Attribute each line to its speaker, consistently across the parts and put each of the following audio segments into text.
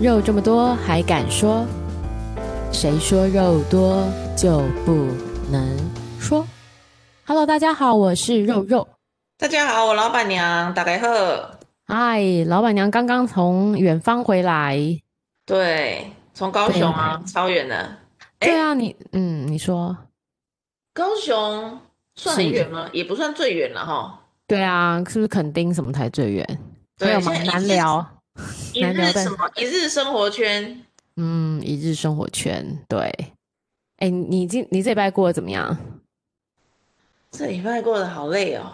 Speaker 1: 肉这么多还敢说？谁说肉多就不能说？Hello，大家好，我是肉肉。
Speaker 2: 大家好，我老板娘，打开后，
Speaker 1: 嗨，哎老板娘刚刚从远方回来。
Speaker 2: 对，从高雄啊，超远的。诶
Speaker 1: 对啊，你嗯，你说
Speaker 2: 高雄算很
Speaker 1: 是
Speaker 2: 远吗？也不算最远了哈。
Speaker 1: 对啊？是不是垦丁什么才最远？
Speaker 2: 对
Speaker 1: 没有嘛，
Speaker 2: 现在
Speaker 1: 难
Speaker 2: 一日
Speaker 1: 聊。
Speaker 2: 一
Speaker 1: 难聊
Speaker 2: 日
Speaker 1: 但
Speaker 2: 什么？一日生活圈，
Speaker 1: 嗯，一日生活圈，对。哎，你今你这礼拜过得怎么样？
Speaker 2: 这礼拜过得好累哦，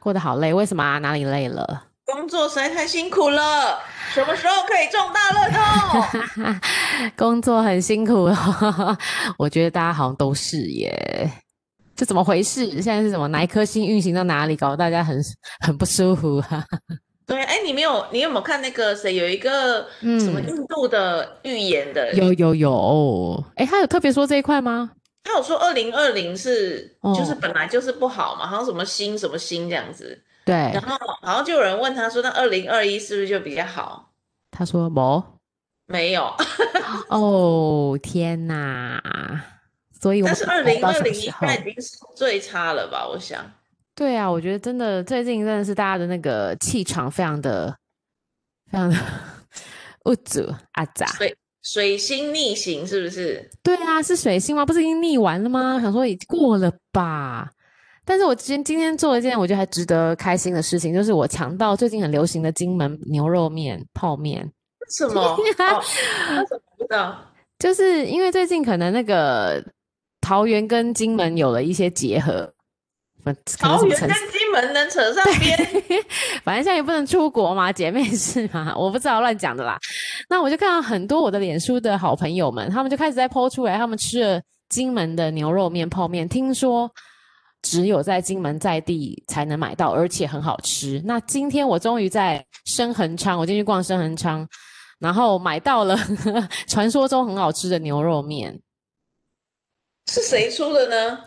Speaker 1: 过得好累，为什么啊？哪里累了？
Speaker 2: 工作实在太辛苦了。什么时候可以中大乐 透？
Speaker 1: 工作很辛苦哦， 我觉得大家好像都是耶。这怎么回事？现在是什么？哪一颗星运行到哪里，搞得大家很很不舒服啊？
Speaker 2: 对，哎，你没有，你有没有看那个谁有一个什么
Speaker 1: 嗯
Speaker 2: 印度的预言的？
Speaker 1: 有有有，哎，他有特别说这一块吗？
Speaker 2: 他有说二零二零是就是
Speaker 1: 哦
Speaker 2: 本来就是不好嘛，好像什么星什么星这样子。
Speaker 1: 对
Speaker 2: 然，后，然后就有人问他说：“那二零二一是不是就比较好
Speaker 1: 他说某？”
Speaker 2: 没有，
Speaker 1: 哦，天哪！所以我们
Speaker 2: 但
Speaker 1: 不
Speaker 2: 是
Speaker 1: 知道
Speaker 2: 二零
Speaker 1: 到
Speaker 2: 二
Speaker 1: 什么
Speaker 2: 零
Speaker 1: 时
Speaker 2: 应
Speaker 1: 候
Speaker 2: 该已经是最差了吧？我想，
Speaker 1: 对啊，我觉得真的最近真的是大家的那个气场非常的非常的 物主阿杂。
Speaker 2: 水水星逆行是不是？
Speaker 1: 对啊，是水星吗？不是已经逆完了吗？想说已经过了吧。但是我今天今天做了一件我觉得还值得开心的事情，就是我抢到最近很流行的金门牛肉面泡面，
Speaker 2: 为什么？哦，为什么不知道？
Speaker 1: 就是因为最近可能那个桃园跟金门有了一些结合，可能什么
Speaker 2: 桃园
Speaker 1: 城市
Speaker 2: 跟金门能扯上边？
Speaker 1: 反正现在也不能出国嘛，姐妹是嘛，我不知道乱讲的啦。那我就看到很多我的脸书的好朋友们，他们就开始在剖出来，他们吃了金门的牛肉面泡面，听说只有在金门在地才能买到，而且很好吃。那今天我终于在深恒昌，我进去逛深恒昌，然后买到了传说中很好吃的牛肉面。
Speaker 2: 是谁出的呢？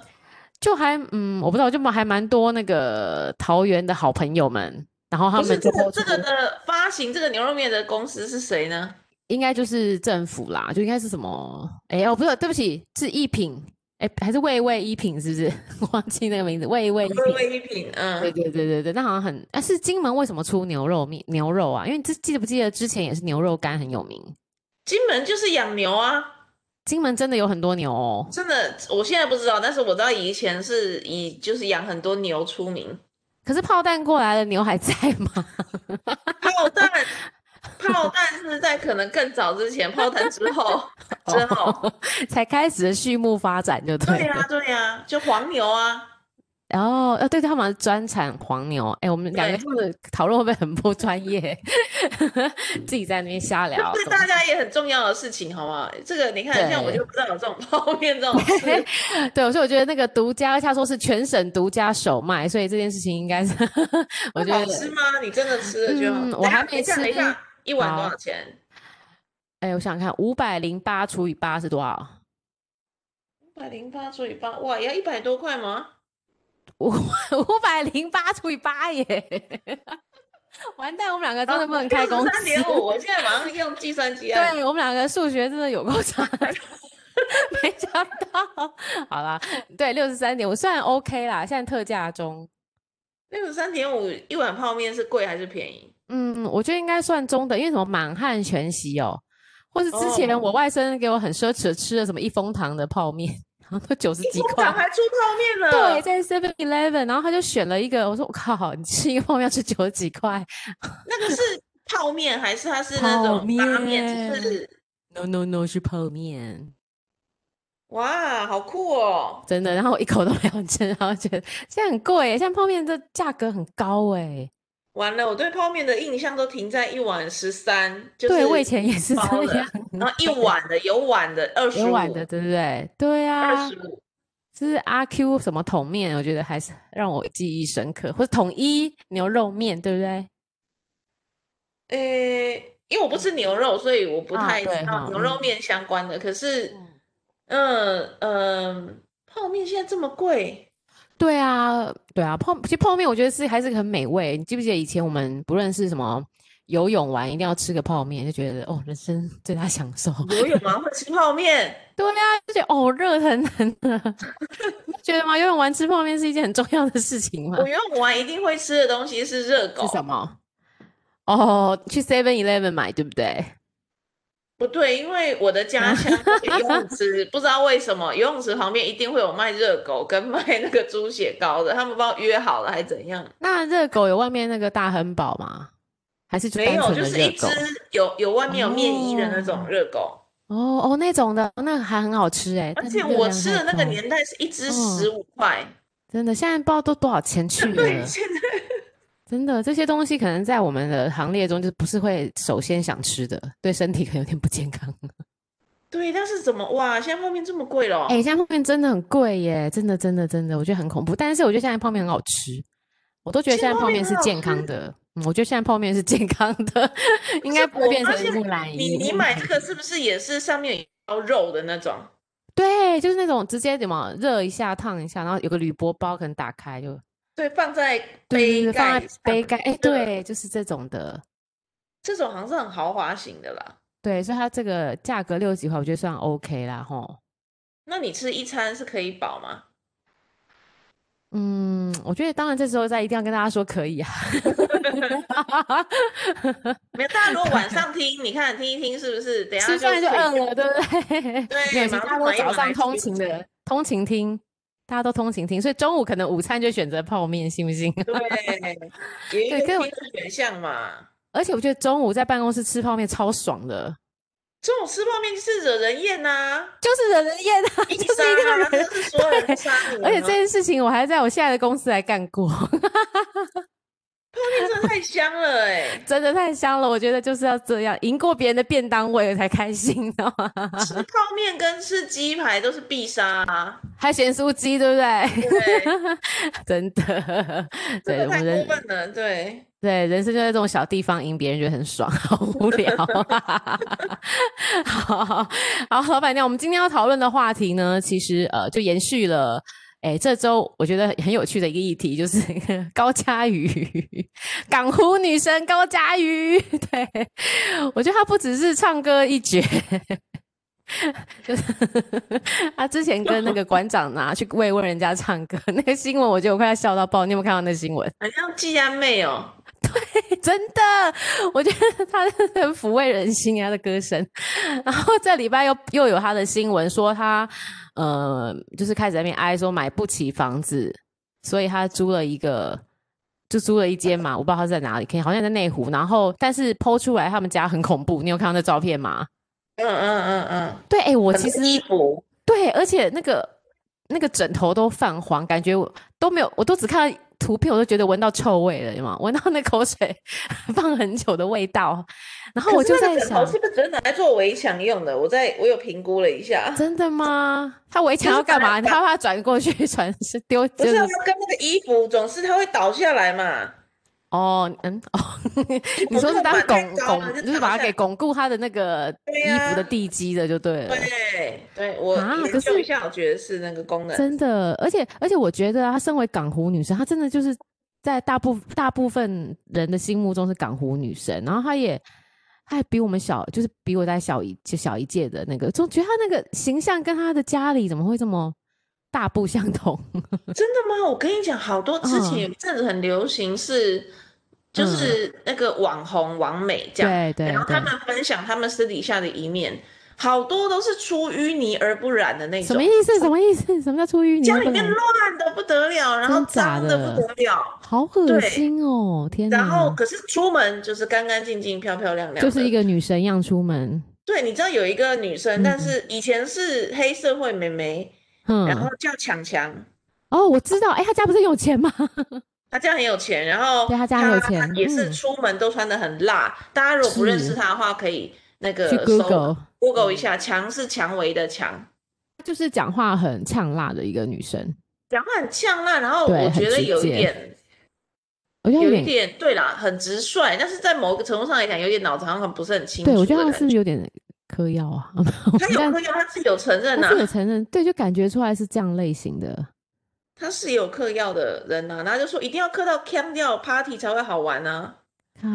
Speaker 1: 就还嗯，我不知道，就还蛮多那个桃园的好朋友们，然 后他
Speaker 2: 不是
Speaker 1: 们就
Speaker 2: 这个
Speaker 1: 抛出
Speaker 2: 这个的发行这个牛肉面的公司是谁呢？
Speaker 1: 应该就是政府啦，就应该是什么？哎、哦，不是，对不起，是一品，哎、还是味味一品，是不 是？我忘记那个名字，味味一品
Speaker 2: 味。味一
Speaker 1: 对
Speaker 2: 品，嗯，
Speaker 1: 对对对对，那好像很，啊，是金门为什么出牛肉面牛肉啊？因为这记得不记得之前也是牛肉干很有名，
Speaker 2: 金门就是养牛啊。
Speaker 1: 金门真的有很多牛哦。
Speaker 2: 真的，我现在不知道，但是我知道以前是以就是养很多牛出名，
Speaker 1: 可是炮弹过来的牛还在吗？
Speaker 2: 炮 弹，炮弹是在可能更早之前，炮弹之
Speaker 1: 哦
Speaker 2: 后，之 后，
Speaker 1: 才开始的序幕发展就对
Speaker 2: 哦对啊
Speaker 1: 了。
Speaker 2: 呀、对呀、就黄牛啊，
Speaker 1: 然后，呃，对，他们好像专产黄牛。哎，我们两个
Speaker 2: 对
Speaker 1: 这样的讨论会不会很不专业？ 自己在那边瞎聊。
Speaker 2: 对
Speaker 1: 怎么
Speaker 2: 大家也很重要的事情，好不好？这个你看，像我
Speaker 1: 对
Speaker 2: 就不知道有这种泡面这种事，
Speaker 1: 对，所以我觉得那个独家，而且他说是全省独家首卖，所以这件事情应该是， 我觉
Speaker 2: 好吃
Speaker 1: 得，
Speaker 2: 吗？你真的吃了就好。
Speaker 1: 嗯
Speaker 2: 等
Speaker 1: 我
Speaker 2: 一下
Speaker 1: 还没
Speaker 2: 等一下
Speaker 1: 吃
Speaker 2: 等一下，一碗多
Speaker 1: 好
Speaker 2: 少钱？
Speaker 1: 哎，我想想看，五百零八除以八是多少？
Speaker 2: 一百零八除以八，哇，也要一百多块吗？
Speaker 1: 五五百零八除以八耶！ 完蛋，我们两个真的不能开工
Speaker 2: 啊三点五，我现在马上用计算机啊。
Speaker 1: 对我们两个数学真的有够差的， 没想到。 好啦，对，六十三点，我算 OK 啦，现在特价中。
Speaker 2: 六十三点五一碗泡面是贵还是便宜？
Speaker 1: 嗯，我觉得应该算中等，因为什么满汉全席哦，或是之前
Speaker 2: 哦
Speaker 1: 我外甥给我很奢侈的吃了什么一风堂的泡面，然后都九十几
Speaker 2: 工厂
Speaker 1: 块。
Speaker 2: 还出泡面了，
Speaker 1: 对，，在 Seven Eleven，然后他就选了一个，我说我靠，你吃一个泡面要吃九十几块
Speaker 2: 那个是泡面还是它是那
Speaker 1: 泡
Speaker 2: 种拉
Speaker 1: 面
Speaker 2: 面？就是
Speaker 1: ？No No No，是泡面，
Speaker 2: 哇，好酷哦！
Speaker 1: 真的。然后我一口都没有吃，然后觉得现在很贵耶，现在泡面这价格很高哎。
Speaker 2: 完了，我对泡面的印象都停在一碗十三，就是
Speaker 1: 对，我以前也是
Speaker 2: 包
Speaker 1: 这
Speaker 2: 了
Speaker 1: 样，
Speaker 2: 然后一碗的有碗的二十
Speaker 1: 有
Speaker 2: 五，
Speaker 1: 碗的，对不对？对啊
Speaker 2: 二，十五，
Speaker 1: 就是阿 Q 什么桶面，我觉得还是让我记忆深刻，或者统一牛肉面，对不对？
Speaker 2: 诶，因为我不吃牛肉，所以我不
Speaker 1: 啊
Speaker 2: 太
Speaker 1: 对
Speaker 2: 知道
Speaker 1: 哈
Speaker 2: 牛肉
Speaker 1: 嗯
Speaker 2: 面相关的。可是，
Speaker 1: 嗯
Speaker 2: 嗯嗯，泡面现在这么 贵，
Speaker 1: 对啊，对啊，泡其实泡面我觉得是还是很美味。你记不记得以前我们不论是什么游泳完一定要吃个泡面，就觉得哦，人生最大享受。
Speaker 2: 游泳完会吃 泡面，
Speaker 1: 对啊，就觉得哦，热腾腾的，你不觉得吗？游泳完吃泡面是一件很重要的事情吗
Speaker 2: 我？游泳完一定会吃的东西是热狗
Speaker 1: 是。什么？哦，去 Seven Eleven 买，对不对？
Speaker 2: 不对，因为我的 家乡那个游泳池不知道为什么游泳池旁边一定会有卖热狗跟卖那个猪血糕的，他们不知道约好了还是怎样。
Speaker 1: 那热狗有外面那个大亨堡吗？还是就
Speaker 2: 没
Speaker 1: 单
Speaker 2: 有，
Speaker 1: 纯
Speaker 2: 就
Speaker 1: 的
Speaker 2: 是一
Speaker 1: 热
Speaker 2: 只
Speaker 1: 狗？
Speaker 2: 有有外面有面衣的那种
Speaker 1: 哦
Speaker 2: 热狗，
Speaker 1: 哦哦，那种的那个还很好吃哎、
Speaker 2: 而
Speaker 1: 但
Speaker 2: 且
Speaker 1: 热
Speaker 2: 我
Speaker 1: 量
Speaker 2: 吃
Speaker 1: 太
Speaker 2: 的那个
Speaker 1: 高
Speaker 2: 年代是一只
Speaker 1: 嗯
Speaker 2: 十五块，
Speaker 1: 真的现在不知道都多少钱去
Speaker 2: 对，
Speaker 1: 了，
Speaker 2: 现在
Speaker 1: 真的这些东西可能在我们的行列中就不是会首先想吃的，对身体可能有点不健康。
Speaker 2: 哦对，但是怎么哇？现在泡面这么贵了哦？
Speaker 1: 哎、现在泡面真的很贵耶，真的真的真的，我觉得很恐怖。但是我觉得现在泡面很好吃，我都觉得
Speaker 2: 现
Speaker 1: 现在
Speaker 2: 在泡
Speaker 1: 泡
Speaker 2: 面
Speaker 1: 面是
Speaker 2: 很好
Speaker 1: 健
Speaker 2: 吃
Speaker 1: 康的。嗯我觉得现在泡面是健康的，应
Speaker 2: 是
Speaker 1: 该不会
Speaker 2: 我
Speaker 1: 变
Speaker 2: 发
Speaker 1: 成
Speaker 2: 现
Speaker 1: 木乃伊。
Speaker 2: 你你
Speaker 1: 木
Speaker 2: 买
Speaker 1: 乃
Speaker 2: 这
Speaker 1: 伊
Speaker 2: 个是不是也是上面有一包肉的那种？
Speaker 1: 对，就是那种直接怎么热一下、烫一下，然后有个铝箔包，可能打开就
Speaker 2: 对，放在
Speaker 1: 对对
Speaker 2: 杯
Speaker 1: 对，放
Speaker 2: 盖
Speaker 1: 在
Speaker 2: 上
Speaker 1: 杯盖，哎、
Speaker 2: 面的，
Speaker 1: 对，就是这种的。
Speaker 2: 这种好像是很豪华型的啦。
Speaker 1: 对，所以它这个价格六十几块，我觉得算 OK 啦，吼。
Speaker 2: 那你吃一餐是可以饱吗？
Speaker 1: 嗯，我觉得当然这时候再一定要跟大家说可以啊。
Speaker 2: 没有，大家如果晚上听，你看听一听是不是？ 等一下
Speaker 1: 吃饭就
Speaker 2: 睡
Speaker 1: 饿
Speaker 2: 觉
Speaker 1: 了，对 不对？
Speaker 2: 对
Speaker 1: 没有，其
Speaker 2: 马
Speaker 1: 实大家
Speaker 2: 上
Speaker 1: 都
Speaker 2: 买一
Speaker 1: 早
Speaker 2: 买
Speaker 1: 上
Speaker 2: 去
Speaker 1: 通勤的，通勤听，大家都通勤听，所以中午可能午餐就选择泡面，信不信？
Speaker 2: 对，有一
Speaker 1: 对
Speaker 2: 个
Speaker 1: 可是
Speaker 2: 新
Speaker 1: 我
Speaker 2: 的选项嘛。
Speaker 1: 而且我觉得中午在办公室吃泡面超爽的，
Speaker 2: 这种吃泡面就是惹人厌呐、啊，
Speaker 1: 就是惹人厌啊，
Speaker 2: 一
Speaker 1: 就是一定要惹
Speaker 2: 杀、啊，
Speaker 1: 人
Speaker 2: 这是所有人都杀你。
Speaker 1: 而且这件事情我还在我现在的公司来干过，
Speaker 2: 面真的太香了 哎、
Speaker 1: 真的太香了。我觉得就是要这样，赢过别人的便当味才开心，你知道吗？
Speaker 2: 吃泡面跟吃鸡排都是必杀、 啊，
Speaker 1: 还咸酥鸡，对不对？
Speaker 2: 对，
Speaker 1: 真的，
Speaker 2: 真
Speaker 1: 对
Speaker 2: 的
Speaker 1: 我
Speaker 2: 太
Speaker 1: 们
Speaker 2: 过
Speaker 1: 人
Speaker 2: 分了，对。
Speaker 1: 对人生就在这种小地方赢别人，觉得很爽，好无聊。啊 好，好，老板娘，我们今天要讨论的话题呢，其实呃，就延续了。哎，这周我觉得很有趣的一个议题就是 高佳瑜，港湖女神高佳瑜。 对我觉得她不只是唱歌一绝， 就是 她之前跟那个馆长拿去慰问人家唱歌， 那个新闻我觉得我快要笑到爆。你有没有看到那新闻？
Speaker 2: 很像季安妹哦，
Speaker 1: 真的，我觉得他真的很抚慰人心啊，他的歌声。 然后这礼拜又又有他的新闻说他，呃，就是开始在那边哀说买不起房子，所以他租了一个，就租了一间嘛，我不知道他在哪里，可以好像在内湖。然后但是剖出来他们家很恐怖，你有看到那照片吗？
Speaker 2: 嗯嗯嗯嗯，
Speaker 1: 对，哎，我
Speaker 2: 我
Speaker 1: 其实
Speaker 2: 衣服，
Speaker 1: 对，而且那个那个枕头都泛黄，感觉我都没有，我都只看到图片，我都觉得闻到臭味了，有吗？闻到那口水 放很久的味道，然后
Speaker 2: 可
Speaker 1: 我
Speaker 2: 是
Speaker 1: 就
Speaker 2: 那
Speaker 1: 在
Speaker 2: 个枕头
Speaker 1: 想，
Speaker 2: 是不是只能拿来做围墙用的？我在我有评估了一下，
Speaker 1: 真的吗？他围墙
Speaker 2: 是
Speaker 1: 要干嘛？
Speaker 2: 把
Speaker 1: 他怕他转过去 转是丢，
Speaker 2: 不
Speaker 1: 就是
Speaker 2: 它跟那个衣服总是它会倒下来嘛，啊
Speaker 1: 哦，嗯哦， 你
Speaker 2: 服
Speaker 1: 说是
Speaker 2: 就
Speaker 1: 当
Speaker 2: 把它
Speaker 1: 巩
Speaker 2: 高了
Speaker 1: 巩，
Speaker 2: 就
Speaker 1: 就是
Speaker 2: 躺
Speaker 1: 把它
Speaker 2: 下
Speaker 1: 给
Speaker 2: 来
Speaker 1: 巩固他的那个
Speaker 2: 对
Speaker 1: 衣服
Speaker 2: 呀
Speaker 1: 的地基的就对了。
Speaker 2: 对对，我
Speaker 1: 啊可
Speaker 2: 研究
Speaker 1: 是
Speaker 2: 一下，我觉得是那个功能，
Speaker 1: 真的，而且而且，我觉得啊，她身为港湖女神，她真的就是在大部大部分人的心目中是港湖女神。然后她也，她还比我们小，就是比我在小一就小一届的那个，总觉得她那个形象跟她的家里怎么会这么大不相同？
Speaker 2: 真的吗？我跟你讲，好多之前
Speaker 1: 嗯
Speaker 2: 有一阵子很流行是，就
Speaker 1: 嗯
Speaker 2: 是那个网红王美 这样，
Speaker 1: 对对
Speaker 2: 然后他
Speaker 1: 对，
Speaker 2: 们分享他们私底下的一面，好多都是出淤泥而不染的那
Speaker 1: 什
Speaker 2: 种
Speaker 1: 么意。思？什么意思？什么叫出淤泥？
Speaker 2: 家
Speaker 1: 不
Speaker 2: 里面
Speaker 1: 能
Speaker 2: 乱的不得了，然
Speaker 1: 真
Speaker 2: 后
Speaker 1: 假
Speaker 2: 脏的
Speaker 1: 的
Speaker 2: 不得了，
Speaker 1: 好恶
Speaker 2: 对
Speaker 1: 心哦！天
Speaker 2: 然后
Speaker 1: 哪，
Speaker 2: 可是出门就是干干净净、漂漂亮亮，
Speaker 1: 就是一
Speaker 2: 个。
Speaker 1: 个女神样出门，
Speaker 2: 对，你知道有一个女生，但
Speaker 1: 嗯
Speaker 2: 是以前是黑社会妹妹，
Speaker 1: 嗯
Speaker 2: 然，后叫强强，
Speaker 1: 哦，我知道，哎，她家不是很有钱吗？
Speaker 2: 她家很有钱，然后
Speaker 1: 对她家很有钱
Speaker 2: 她也是
Speaker 1: 嗯
Speaker 2: 出门都穿的很辣。大家如果不认识
Speaker 1: 是
Speaker 2: 她的话，可以那个
Speaker 1: 去
Speaker 2: 搜
Speaker 1: Google。嗯
Speaker 2: Google 一下，强是蔷薇的强，
Speaker 1: 就是讲话很呛辣的一个女生，
Speaker 2: 讲话很呛辣，然后
Speaker 1: 对
Speaker 2: 我
Speaker 1: 很
Speaker 2: 觉得
Speaker 1: 直
Speaker 2: 有一
Speaker 1: 接
Speaker 2: 点
Speaker 1: 我觉得
Speaker 2: 有
Speaker 1: 点，
Speaker 2: 一点，对啦，很直率，但是在某个程度上来讲，有点脑子好像不是很清楚
Speaker 1: 对
Speaker 2: 的
Speaker 1: 我觉得她
Speaker 2: 人
Speaker 1: 是不是有点嗑药 啊？
Speaker 2: 他有嗑药，他自己有承认
Speaker 1: 她
Speaker 2: 啊
Speaker 1: 是有
Speaker 2: 呐、
Speaker 1: 承认，对，就感觉出来是这样类型的。
Speaker 2: 他是有嗑啊药的人呐、然后就说一定要嗑到 c 掉 party 才会好玩呐、
Speaker 1: 靠，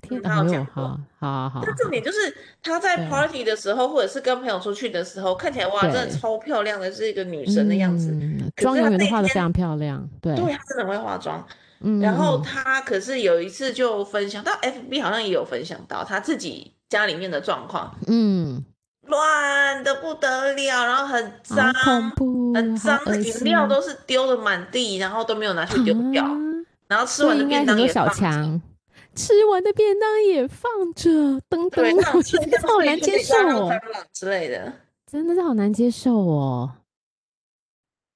Speaker 1: 天，
Speaker 2: 他有
Speaker 1: 哎呦
Speaker 2: 讲过
Speaker 1: 好好好好
Speaker 2: 那，重点就是她在
Speaker 1: 对
Speaker 2: party 的时候，或者是跟朋友出去的时候，看起来哇，真的
Speaker 1: 对
Speaker 2: 超漂亮的，是一个女神的样子。
Speaker 1: 嗯
Speaker 2: 可
Speaker 1: 妆
Speaker 2: 是
Speaker 1: 永
Speaker 2: 他
Speaker 1: 远
Speaker 2: 那
Speaker 1: 都
Speaker 2: 一
Speaker 1: 画的非
Speaker 2: 天
Speaker 1: 常漂亮，对，
Speaker 2: 对，她真的很会化妆。
Speaker 1: 嗯，
Speaker 2: 然后
Speaker 1: 嗯
Speaker 2: 她可是有一次就分享到 FB，好像也有分享到她自己家里面的状况，
Speaker 1: 嗯，
Speaker 2: 乱的不得了，然后很
Speaker 1: 好
Speaker 2: 脏，
Speaker 1: 恐怖，
Speaker 2: 很
Speaker 1: 好
Speaker 2: 脏，
Speaker 1: 恶
Speaker 2: 饮
Speaker 1: 心
Speaker 2: 料都是丢的满地，然后都没有拿去丢掉，
Speaker 1: 啊
Speaker 2: 然后吃
Speaker 1: 这
Speaker 2: 完的
Speaker 1: 应该很
Speaker 2: 便当
Speaker 1: 多
Speaker 2: 也
Speaker 1: 小
Speaker 2: 放着。
Speaker 1: 强吃完的便当也放着，等等
Speaker 2: 对，那，
Speaker 1: 我
Speaker 2: 种
Speaker 1: 觉
Speaker 2: 现
Speaker 1: 得
Speaker 2: 在
Speaker 1: 这好
Speaker 2: 所以
Speaker 1: 难
Speaker 2: 就
Speaker 1: 接
Speaker 2: 被
Speaker 1: 受
Speaker 2: 抓到
Speaker 1: 哦，
Speaker 2: 蟑螂之类的，
Speaker 1: 真的是好难接受哦。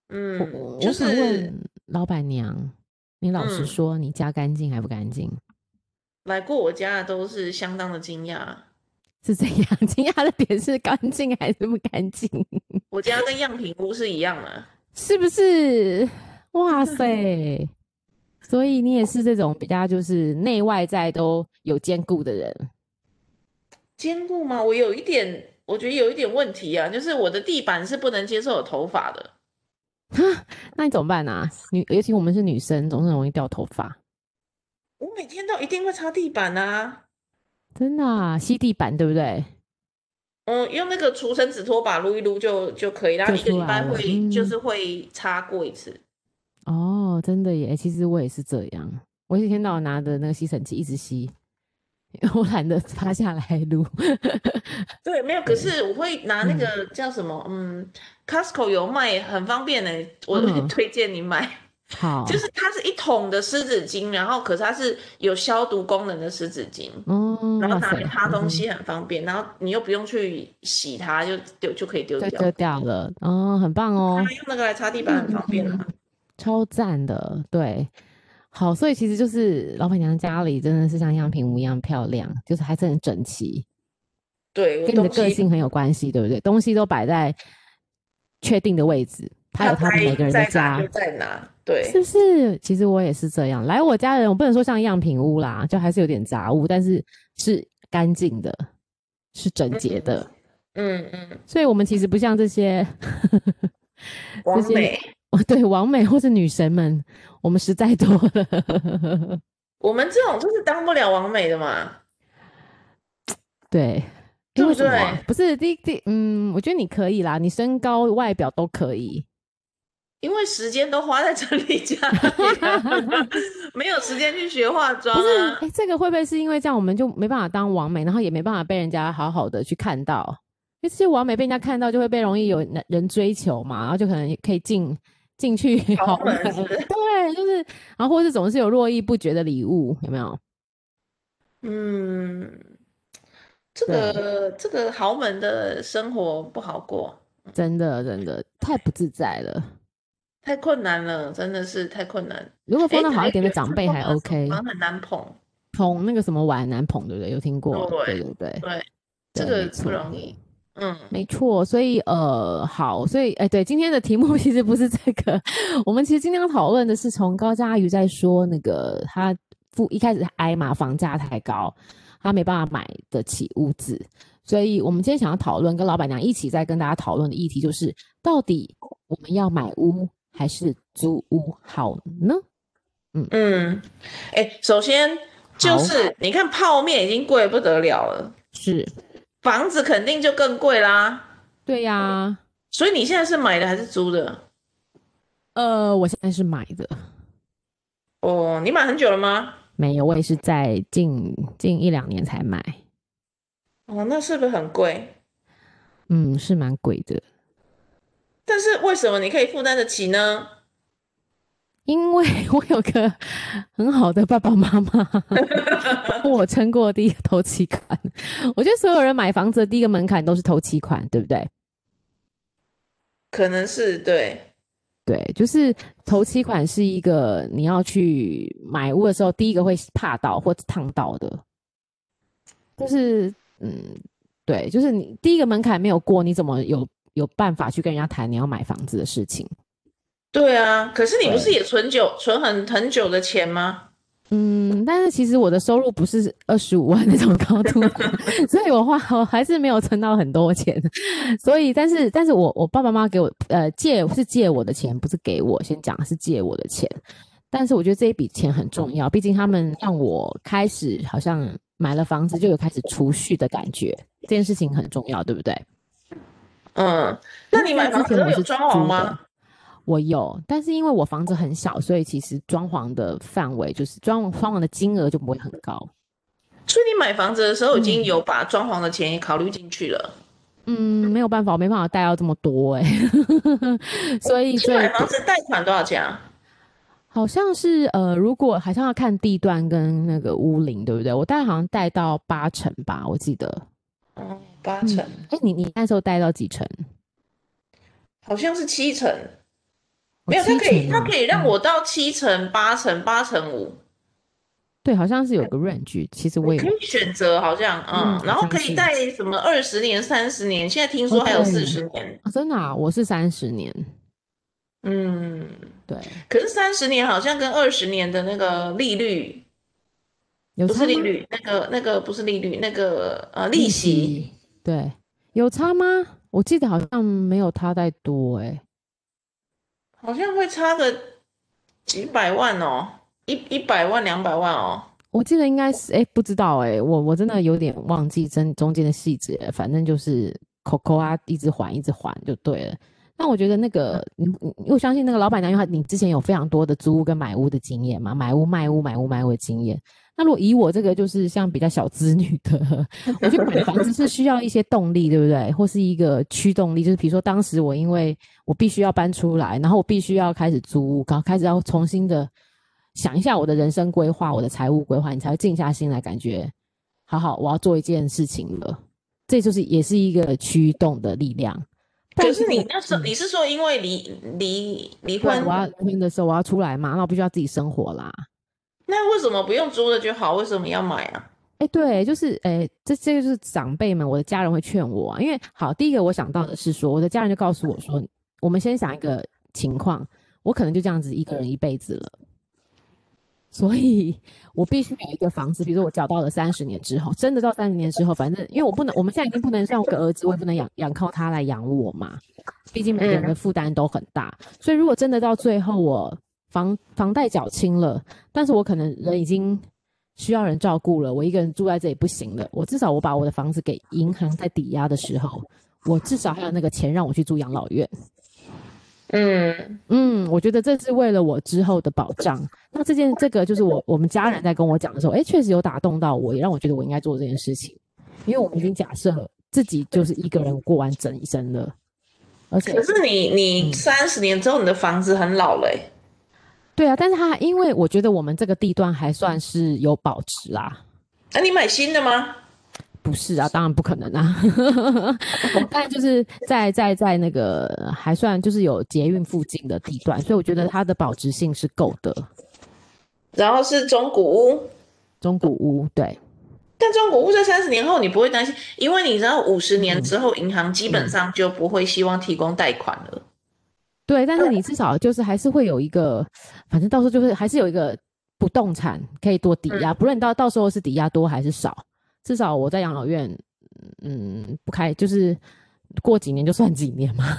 Speaker 1: 我
Speaker 2: 嗯，
Speaker 1: 我
Speaker 2: 就
Speaker 1: 我想
Speaker 2: 是
Speaker 1: 问老板娘，你老实
Speaker 2: 嗯
Speaker 1: 说，你家干净还不干净？
Speaker 2: 来过我家的都是相当的惊讶。
Speaker 1: 是怎样？ 惊讶的点是干净还是不干净？
Speaker 2: 我家跟样品屋是一样的，
Speaker 1: 是不是？哇塞！所以你也是这种比较就是内外在都有兼顾的人，
Speaker 2: 坚固吗？我有一点，我觉得有一点问题啊，就是我的地板是不能接受有头发的。
Speaker 1: 那你怎么办啊？女，尤其我们是女生，总是很容易掉头发，
Speaker 2: 我每天都一定会擦地板啊，
Speaker 1: 真的啊，吸地板对不对？
Speaker 2: 嗯，用那个除尘纸拖把撸一撸就就可以，然后
Speaker 1: 就
Speaker 2: 一个
Speaker 1: 出
Speaker 2: 礼
Speaker 1: 来
Speaker 2: 拜
Speaker 1: 了
Speaker 2: 会
Speaker 1: 嗯
Speaker 2: 就是会擦过一次。
Speaker 1: 哦，真的耶！其实我也是这样，我一天到晚拿着那个吸尘器一直吸， 我懒得趴下来撸。
Speaker 2: 对，没有，可是我会拿那个叫什么，嗯，Costco 有卖，很方便呢、欸我会
Speaker 1: 嗯
Speaker 2: 推荐你买。
Speaker 1: 好，
Speaker 2: 就是它是一桶的湿纸巾，然后可是它是有消毒功能的湿纸巾。
Speaker 1: 嗯，
Speaker 2: 然后
Speaker 1: 哇
Speaker 2: 拿
Speaker 1: 塞，
Speaker 2: 来擦东
Speaker 1: 嗯
Speaker 2: 西很方便，然后你又不用去洗它，就丢就可以丢
Speaker 1: 就
Speaker 2: 掉。
Speaker 1: 丢掉了，哦，很棒哦嗯
Speaker 2: 那。用那个来擦地板很方便啊。
Speaker 1: 超赞的，对，好，所以其实就是老板娘家里真的是像样品屋一样漂亮，就是还是很整齐，
Speaker 2: 对，我
Speaker 1: 跟你的
Speaker 2: 东
Speaker 1: 个
Speaker 2: 西
Speaker 1: 性很有关系，对不对？东西都摆在确定的位置，它有它的
Speaker 2: 该
Speaker 1: 每个人的
Speaker 2: 在哪
Speaker 1: 家
Speaker 2: 就，在哪。对
Speaker 1: 是，不是？其实我也是这样，来我家人，我不能说像样品屋啦，就还是有点杂物，但是是干净的，是整洁的，
Speaker 2: 嗯嗯，
Speaker 1: 所以我们其实不像这些
Speaker 2: 完
Speaker 1: 这些
Speaker 2: 美。
Speaker 1: 哦，对，王美或是女神们，我们实在多了。
Speaker 2: 我们这种就是当不了完美的嘛。
Speaker 1: 对，
Speaker 2: 对
Speaker 1: 因为
Speaker 2: 不
Speaker 1: 什么啊、
Speaker 2: 对
Speaker 1: 不是第第嗯，我觉得你可以啦，你身高、外表都可以。
Speaker 2: 因为时间都花在整理家里了， 没有时间去学化妆
Speaker 1: 不是，
Speaker 2: 啊。
Speaker 1: 哎、这个会不会是因为这样，我们就没办法当完美，然后也没办法被人家好好的去看到？因为这些完美被人家看到，就会被容易有男人追求嘛，然后就可能可以进进去
Speaker 2: 豪
Speaker 1: 好
Speaker 2: 门
Speaker 1: 男
Speaker 2: 是不是
Speaker 1: 对，就是，然后或是总是有络绎不绝的礼物，有没有？
Speaker 2: 嗯，这个这个豪门的生活不好过，
Speaker 1: 真的，真的太不自在了。
Speaker 2: 太困难了，真的是太困难。
Speaker 1: 如果
Speaker 2: 哎
Speaker 1: 碰到好一
Speaker 2: 对
Speaker 1: 点的
Speaker 2: 有时
Speaker 1: 长辈
Speaker 2: 候
Speaker 1: 还
Speaker 2: 啊
Speaker 1: OK，
Speaker 2: 好像很难捧，
Speaker 1: 捧那个什么碗很难捧，对不对？有听过？
Speaker 2: 对
Speaker 1: 对对。
Speaker 2: 对，这
Speaker 1: 对没
Speaker 2: 个不
Speaker 1: 错
Speaker 2: 容易。嗯，
Speaker 1: 没错，所以呃，好，所以哎，对，今天的题目 其实不是这个，我们其实今天要讨论的是从高佳瑜在说那个他付一开始挨嘛，房价太高，他没办法买得起屋子，所以我们今天想要讨论跟老板娘一起在跟大家讨论的议题就是，到底我们要买屋还是租屋好呢？
Speaker 2: 嗯，哎，首先就
Speaker 1: 好
Speaker 2: 是你看泡面已经贵得不得了了，
Speaker 1: 是
Speaker 2: 房子肯定就更贵啦。
Speaker 1: 对呀、
Speaker 2: 所以你现在是买的还是租的？
Speaker 1: 呃，我现在是买的，
Speaker 2: 哦，你买很久了吗？
Speaker 1: 没有，我也是在近近一两年才买，
Speaker 2: 哦，那是不是很贵？
Speaker 1: 嗯，是蛮贵的。
Speaker 2: 但是为什么你可以负担得起呢？
Speaker 1: 因为我有个很好的爸爸妈妈，帮我撑过第一个头期款。我觉得所有人买房子的第一个门槛都是头期款，对不对？
Speaker 2: 可能是对，
Speaker 1: 对，就是头期款是一个你要去买屋的时候，第一个会怕到或烫到的，就是嗯，对，就是你第一个门槛没有过，你怎么有有办法去跟人家谈你要买房子的事情？
Speaker 2: 对啊。可是你不是
Speaker 1: 对
Speaker 2: 也存久存很很久的钱吗？
Speaker 1: 嗯，但是其实我的收入不是二十五万那种高度的， 所以我花我还是没有存到很多钱。所以，但是，但是我我爸爸妈妈给我呃借是借我的钱，不是给我，先讲是借我的钱。但是我觉得这一笔钱很重要，毕竟他们让我开始好像买了房子就有开始储蓄的感觉，这件事情很重要，对不对？
Speaker 2: 嗯，那你买
Speaker 1: 之
Speaker 2: 房子
Speaker 1: 前我
Speaker 2: 有
Speaker 1: 是
Speaker 2: 装潢
Speaker 1: 租
Speaker 2: 吗
Speaker 1: 的？我有，但是因为我房子很小，所以其实装潢的范围就是装潢装潢的金额就不会很高。
Speaker 2: 所以你买房子的时候已经
Speaker 1: 嗯
Speaker 2: 有把装潢的钱也考虑进去了。
Speaker 1: 嗯，没有办法，我没办法贷到这么多哎、 所以
Speaker 2: 去
Speaker 1: 所以
Speaker 2: 买房子贷款多少钱啊？
Speaker 1: 好像是呃，如果好像要看地段跟那个屋龄，对不对？我大概好像贷到八成吧，我记得。
Speaker 2: 哦，八
Speaker 1: 嗯
Speaker 2: 成，
Speaker 1: 哎、你你那时候贷到几成？
Speaker 2: 好像是七成，
Speaker 1: 我
Speaker 2: 没有，它
Speaker 1: 哦七
Speaker 2: 可以，
Speaker 1: 成
Speaker 2: 它
Speaker 1: 啊
Speaker 2: 可以让
Speaker 1: 嗯
Speaker 2: 我到七成、八成、八成五，
Speaker 1: 对，好像是有个 range，其实我也
Speaker 2: 可以选择，好像，嗯
Speaker 1: 嗯，
Speaker 2: 然后
Speaker 1: 好像
Speaker 2: 可以
Speaker 1: 是
Speaker 2: 贷什么二十年、三十年，现在听
Speaker 1: 哦
Speaker 2: 说还有
Speaker 1: 对
Speaker 2: 四十年，
Speaker 1: 啊真的、啊，我是三十年，
Speaker 2: 嗯，
Speaker 1: 对，
Speaker 2: 可是三十年好像跟二十年的那个利率
Speaker 1: 有
Speaker 2: 不
Speaker 1: 差
Speaker 2: 是利
Speaker 1: 吗
Speaker 2: 率，那个那个不是利率，那个呃嗯利息，
Speaker 1: 对，有差吗？我记得好像没有他太多哎、
Speaker 2: 好像会差个几百万哦，一一百万、两百万哦。
Speaker 1: 我记得应该是哎、不知道哎、我我真的有点忘记真中间的细节了，反正就是口口啊，一直还一直还就对了。那我觉得那个你，
Speaker 2: 嗯
Speaker 1: 你我相信那个老板娘，因为她你之前有非常多的租屋跟买屋的经验嘛，买屋卖屋买屋卖屋的经验。那如果以我这个就是像比较小资女的， 我觉得买房子是需要一些动力，对不对？或是一个驱动力，就是比如说当时我因为我必须要搬出来，然后我必须要开始租屋，刚开始要重新的想一下我的人生规划、我的财务规划，你才会静下心来，感觉好好我要做一件事情了。这就是也是一个驱动的力量。
Speaker 2: 可
Speaker 1: 但
Speaker 2: 是你
Speaker 1: 这个
Speaker 2: 那时候
Speaker 1: 嗯
Speaker 2: 你是说因为离离离
Speaker 1: 对
Speaker 2: 婚
Speaker 1: 我，要离婚的时候我要出来嘛，那我必须要自己生活啦。
Speaker 2: 那为什么不用租的就好？为什么要买啊？
Speaker 1: 哎，对，就是哎，这这个就是长辈们，我的家人会劝我啊，因为好，第一个我想到的是说，我的家人就告诉我说，我们先想一个情况，我可能就这样子一个人一辈子了，所以我必须有一个房子，比如说我缴到了三十年之后，真的到三十年之后，反正因为我不能，我们现在已经不能像我个儿子，我也不能养养靠他来养我嘛，毕竟每个人的负担都很大，所以如果真的到最后我房房贷缴清了，但是我可能人已经需要人照顾了，我一个人住在这里不行了，我至少我把我的房子给银行在抵押的时候，我至少还有那个钱让我去住养老院。
Speaker 2: 嗯，
Speaker 1: 嗯，我觉得这是为了我之后的保障。那这件这个就是我我们家人在跟我讲的时候，哎，确实有打动到我，也让我觉得我应该做这件事情，因为我们已经假设自己就是一个人过完整一生了，而且
Speaker 2: 可是你你三十年之后你的房子很老了欸、
Speaker 1: 对啊，但是他因为我觉得我们这个地段还算是有保值啦、
Speaker 2: 那、啊你买新的吗？
Speaker 1: 不是啊，当然不可能啊。 但就是在在在那个呃还算就是有捷运附近的地段，所以我觉得它的保值性是够的。
Speaker 2: 然后是中古屋，
Speaker 1: 中古屋对，
Speaker 2: 但中古屋在三十年后你不会担心，因为你知道五十年之后银行基本上就不会希望提供贷款了。
Speaker 1: 对，但是你至少就是还是会有一个，反正到时候就是还是有一个不动产可以多抵押，不论你到到时候是抵押多还是少，至少我在养老院，嗯，不开就是过几年就算几年嘛，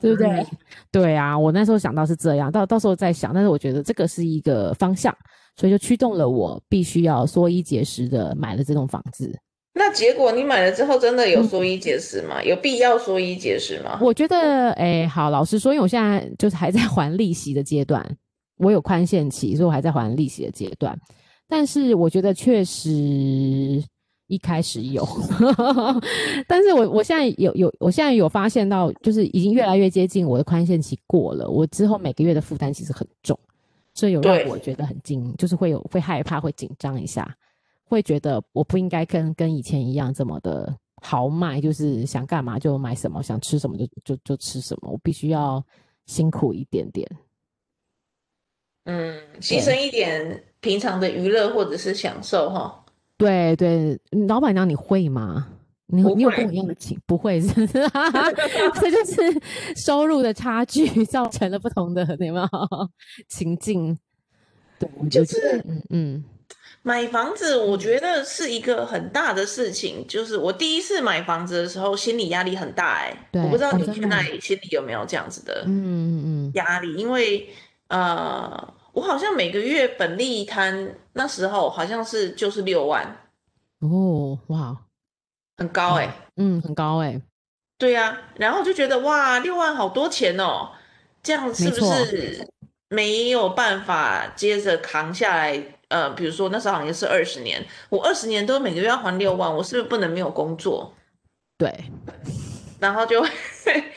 Speaker 1: 对不对
Speaker 2: 嗯？
Speaker 1: 对啊，我那时候想到是这样，到到时候再想，但是我觉得这个是一个方向，所以就驱动了我必须要缩衣节食的买了这栋房子。
Speaker 2: 那结果你买了之后真的有
Speaker 1: 嗯
Speaker 2: 缩衣节食吗？有必要缩衣节食吗？
Speaker 1: 我觉得，哎、好，老实说，因为我现在就是还在还利息的阶段， 我有宽限期，所以我还在还利息的阶段。但是我觉得确实一开始有， 但是我我现在有有，我现在有发现到，就是已经越来越接近我的宽限期过了，我之后每个月的负担其实很重，所以有让
Speaker 2: 对
Speaker 1: 我觉得很紧，就是会有会害怕，会紧张一下，会觉得我不应该跟跟以前一样这么的豪迈，就是想干嘛就买什么，想吃什么就就就吃什么，我必须要辛苦一点点。
Speaker 2: 嗯，牺牲一点平常的娱乐或者是享受哈。
Speaker 1: 对对，嗯老板娘你会吗？你
Speaker 2: 不
Speaker 1: 你有跟
Speaker 2: 会
Speaker 1: 我一样的情不会 是不是？这就是收入的差距 造成了不同的有没有 情境？对，我觉
Speaker 2: 就
Speaker 1: 得
Speaker 2: 是
Speaker 1: 嗯嗯
Speaker 2: 买房子，我觉得是一个很大的事情。就是我第一次买房子的时候，心理压力很大哎、
Speaker 1: 对
Speaker 2: 我不知道
Speaker 1: 哦
Speaker 2: 你
Speaker 1: 真的
Speaker 2: 现在心里有没有这样子的
Speaker 1: 嗯嗯嗯，
Speaker 2: 压力，因为呃，我好像每个月本利摊那时候好像是就是六万，
Speaker 1: 哦，哇，
Speaker 2: 很高哎、
Speaker 1: 嗯，很高哎、
Speaker 2: 对呀、然后就觉得哇，六万好多钱哦，这样是
Speaker 1: 没
Speaker 2: 不
Speaker 1: 错
Speaker 2: 是没有办法接着扛下来？呃，比如说那时候好像是二十年，我二十年都每个月要还六万，我是不是不能没有工作？
Speaker 1: 对，
Speaker 2: 然后就会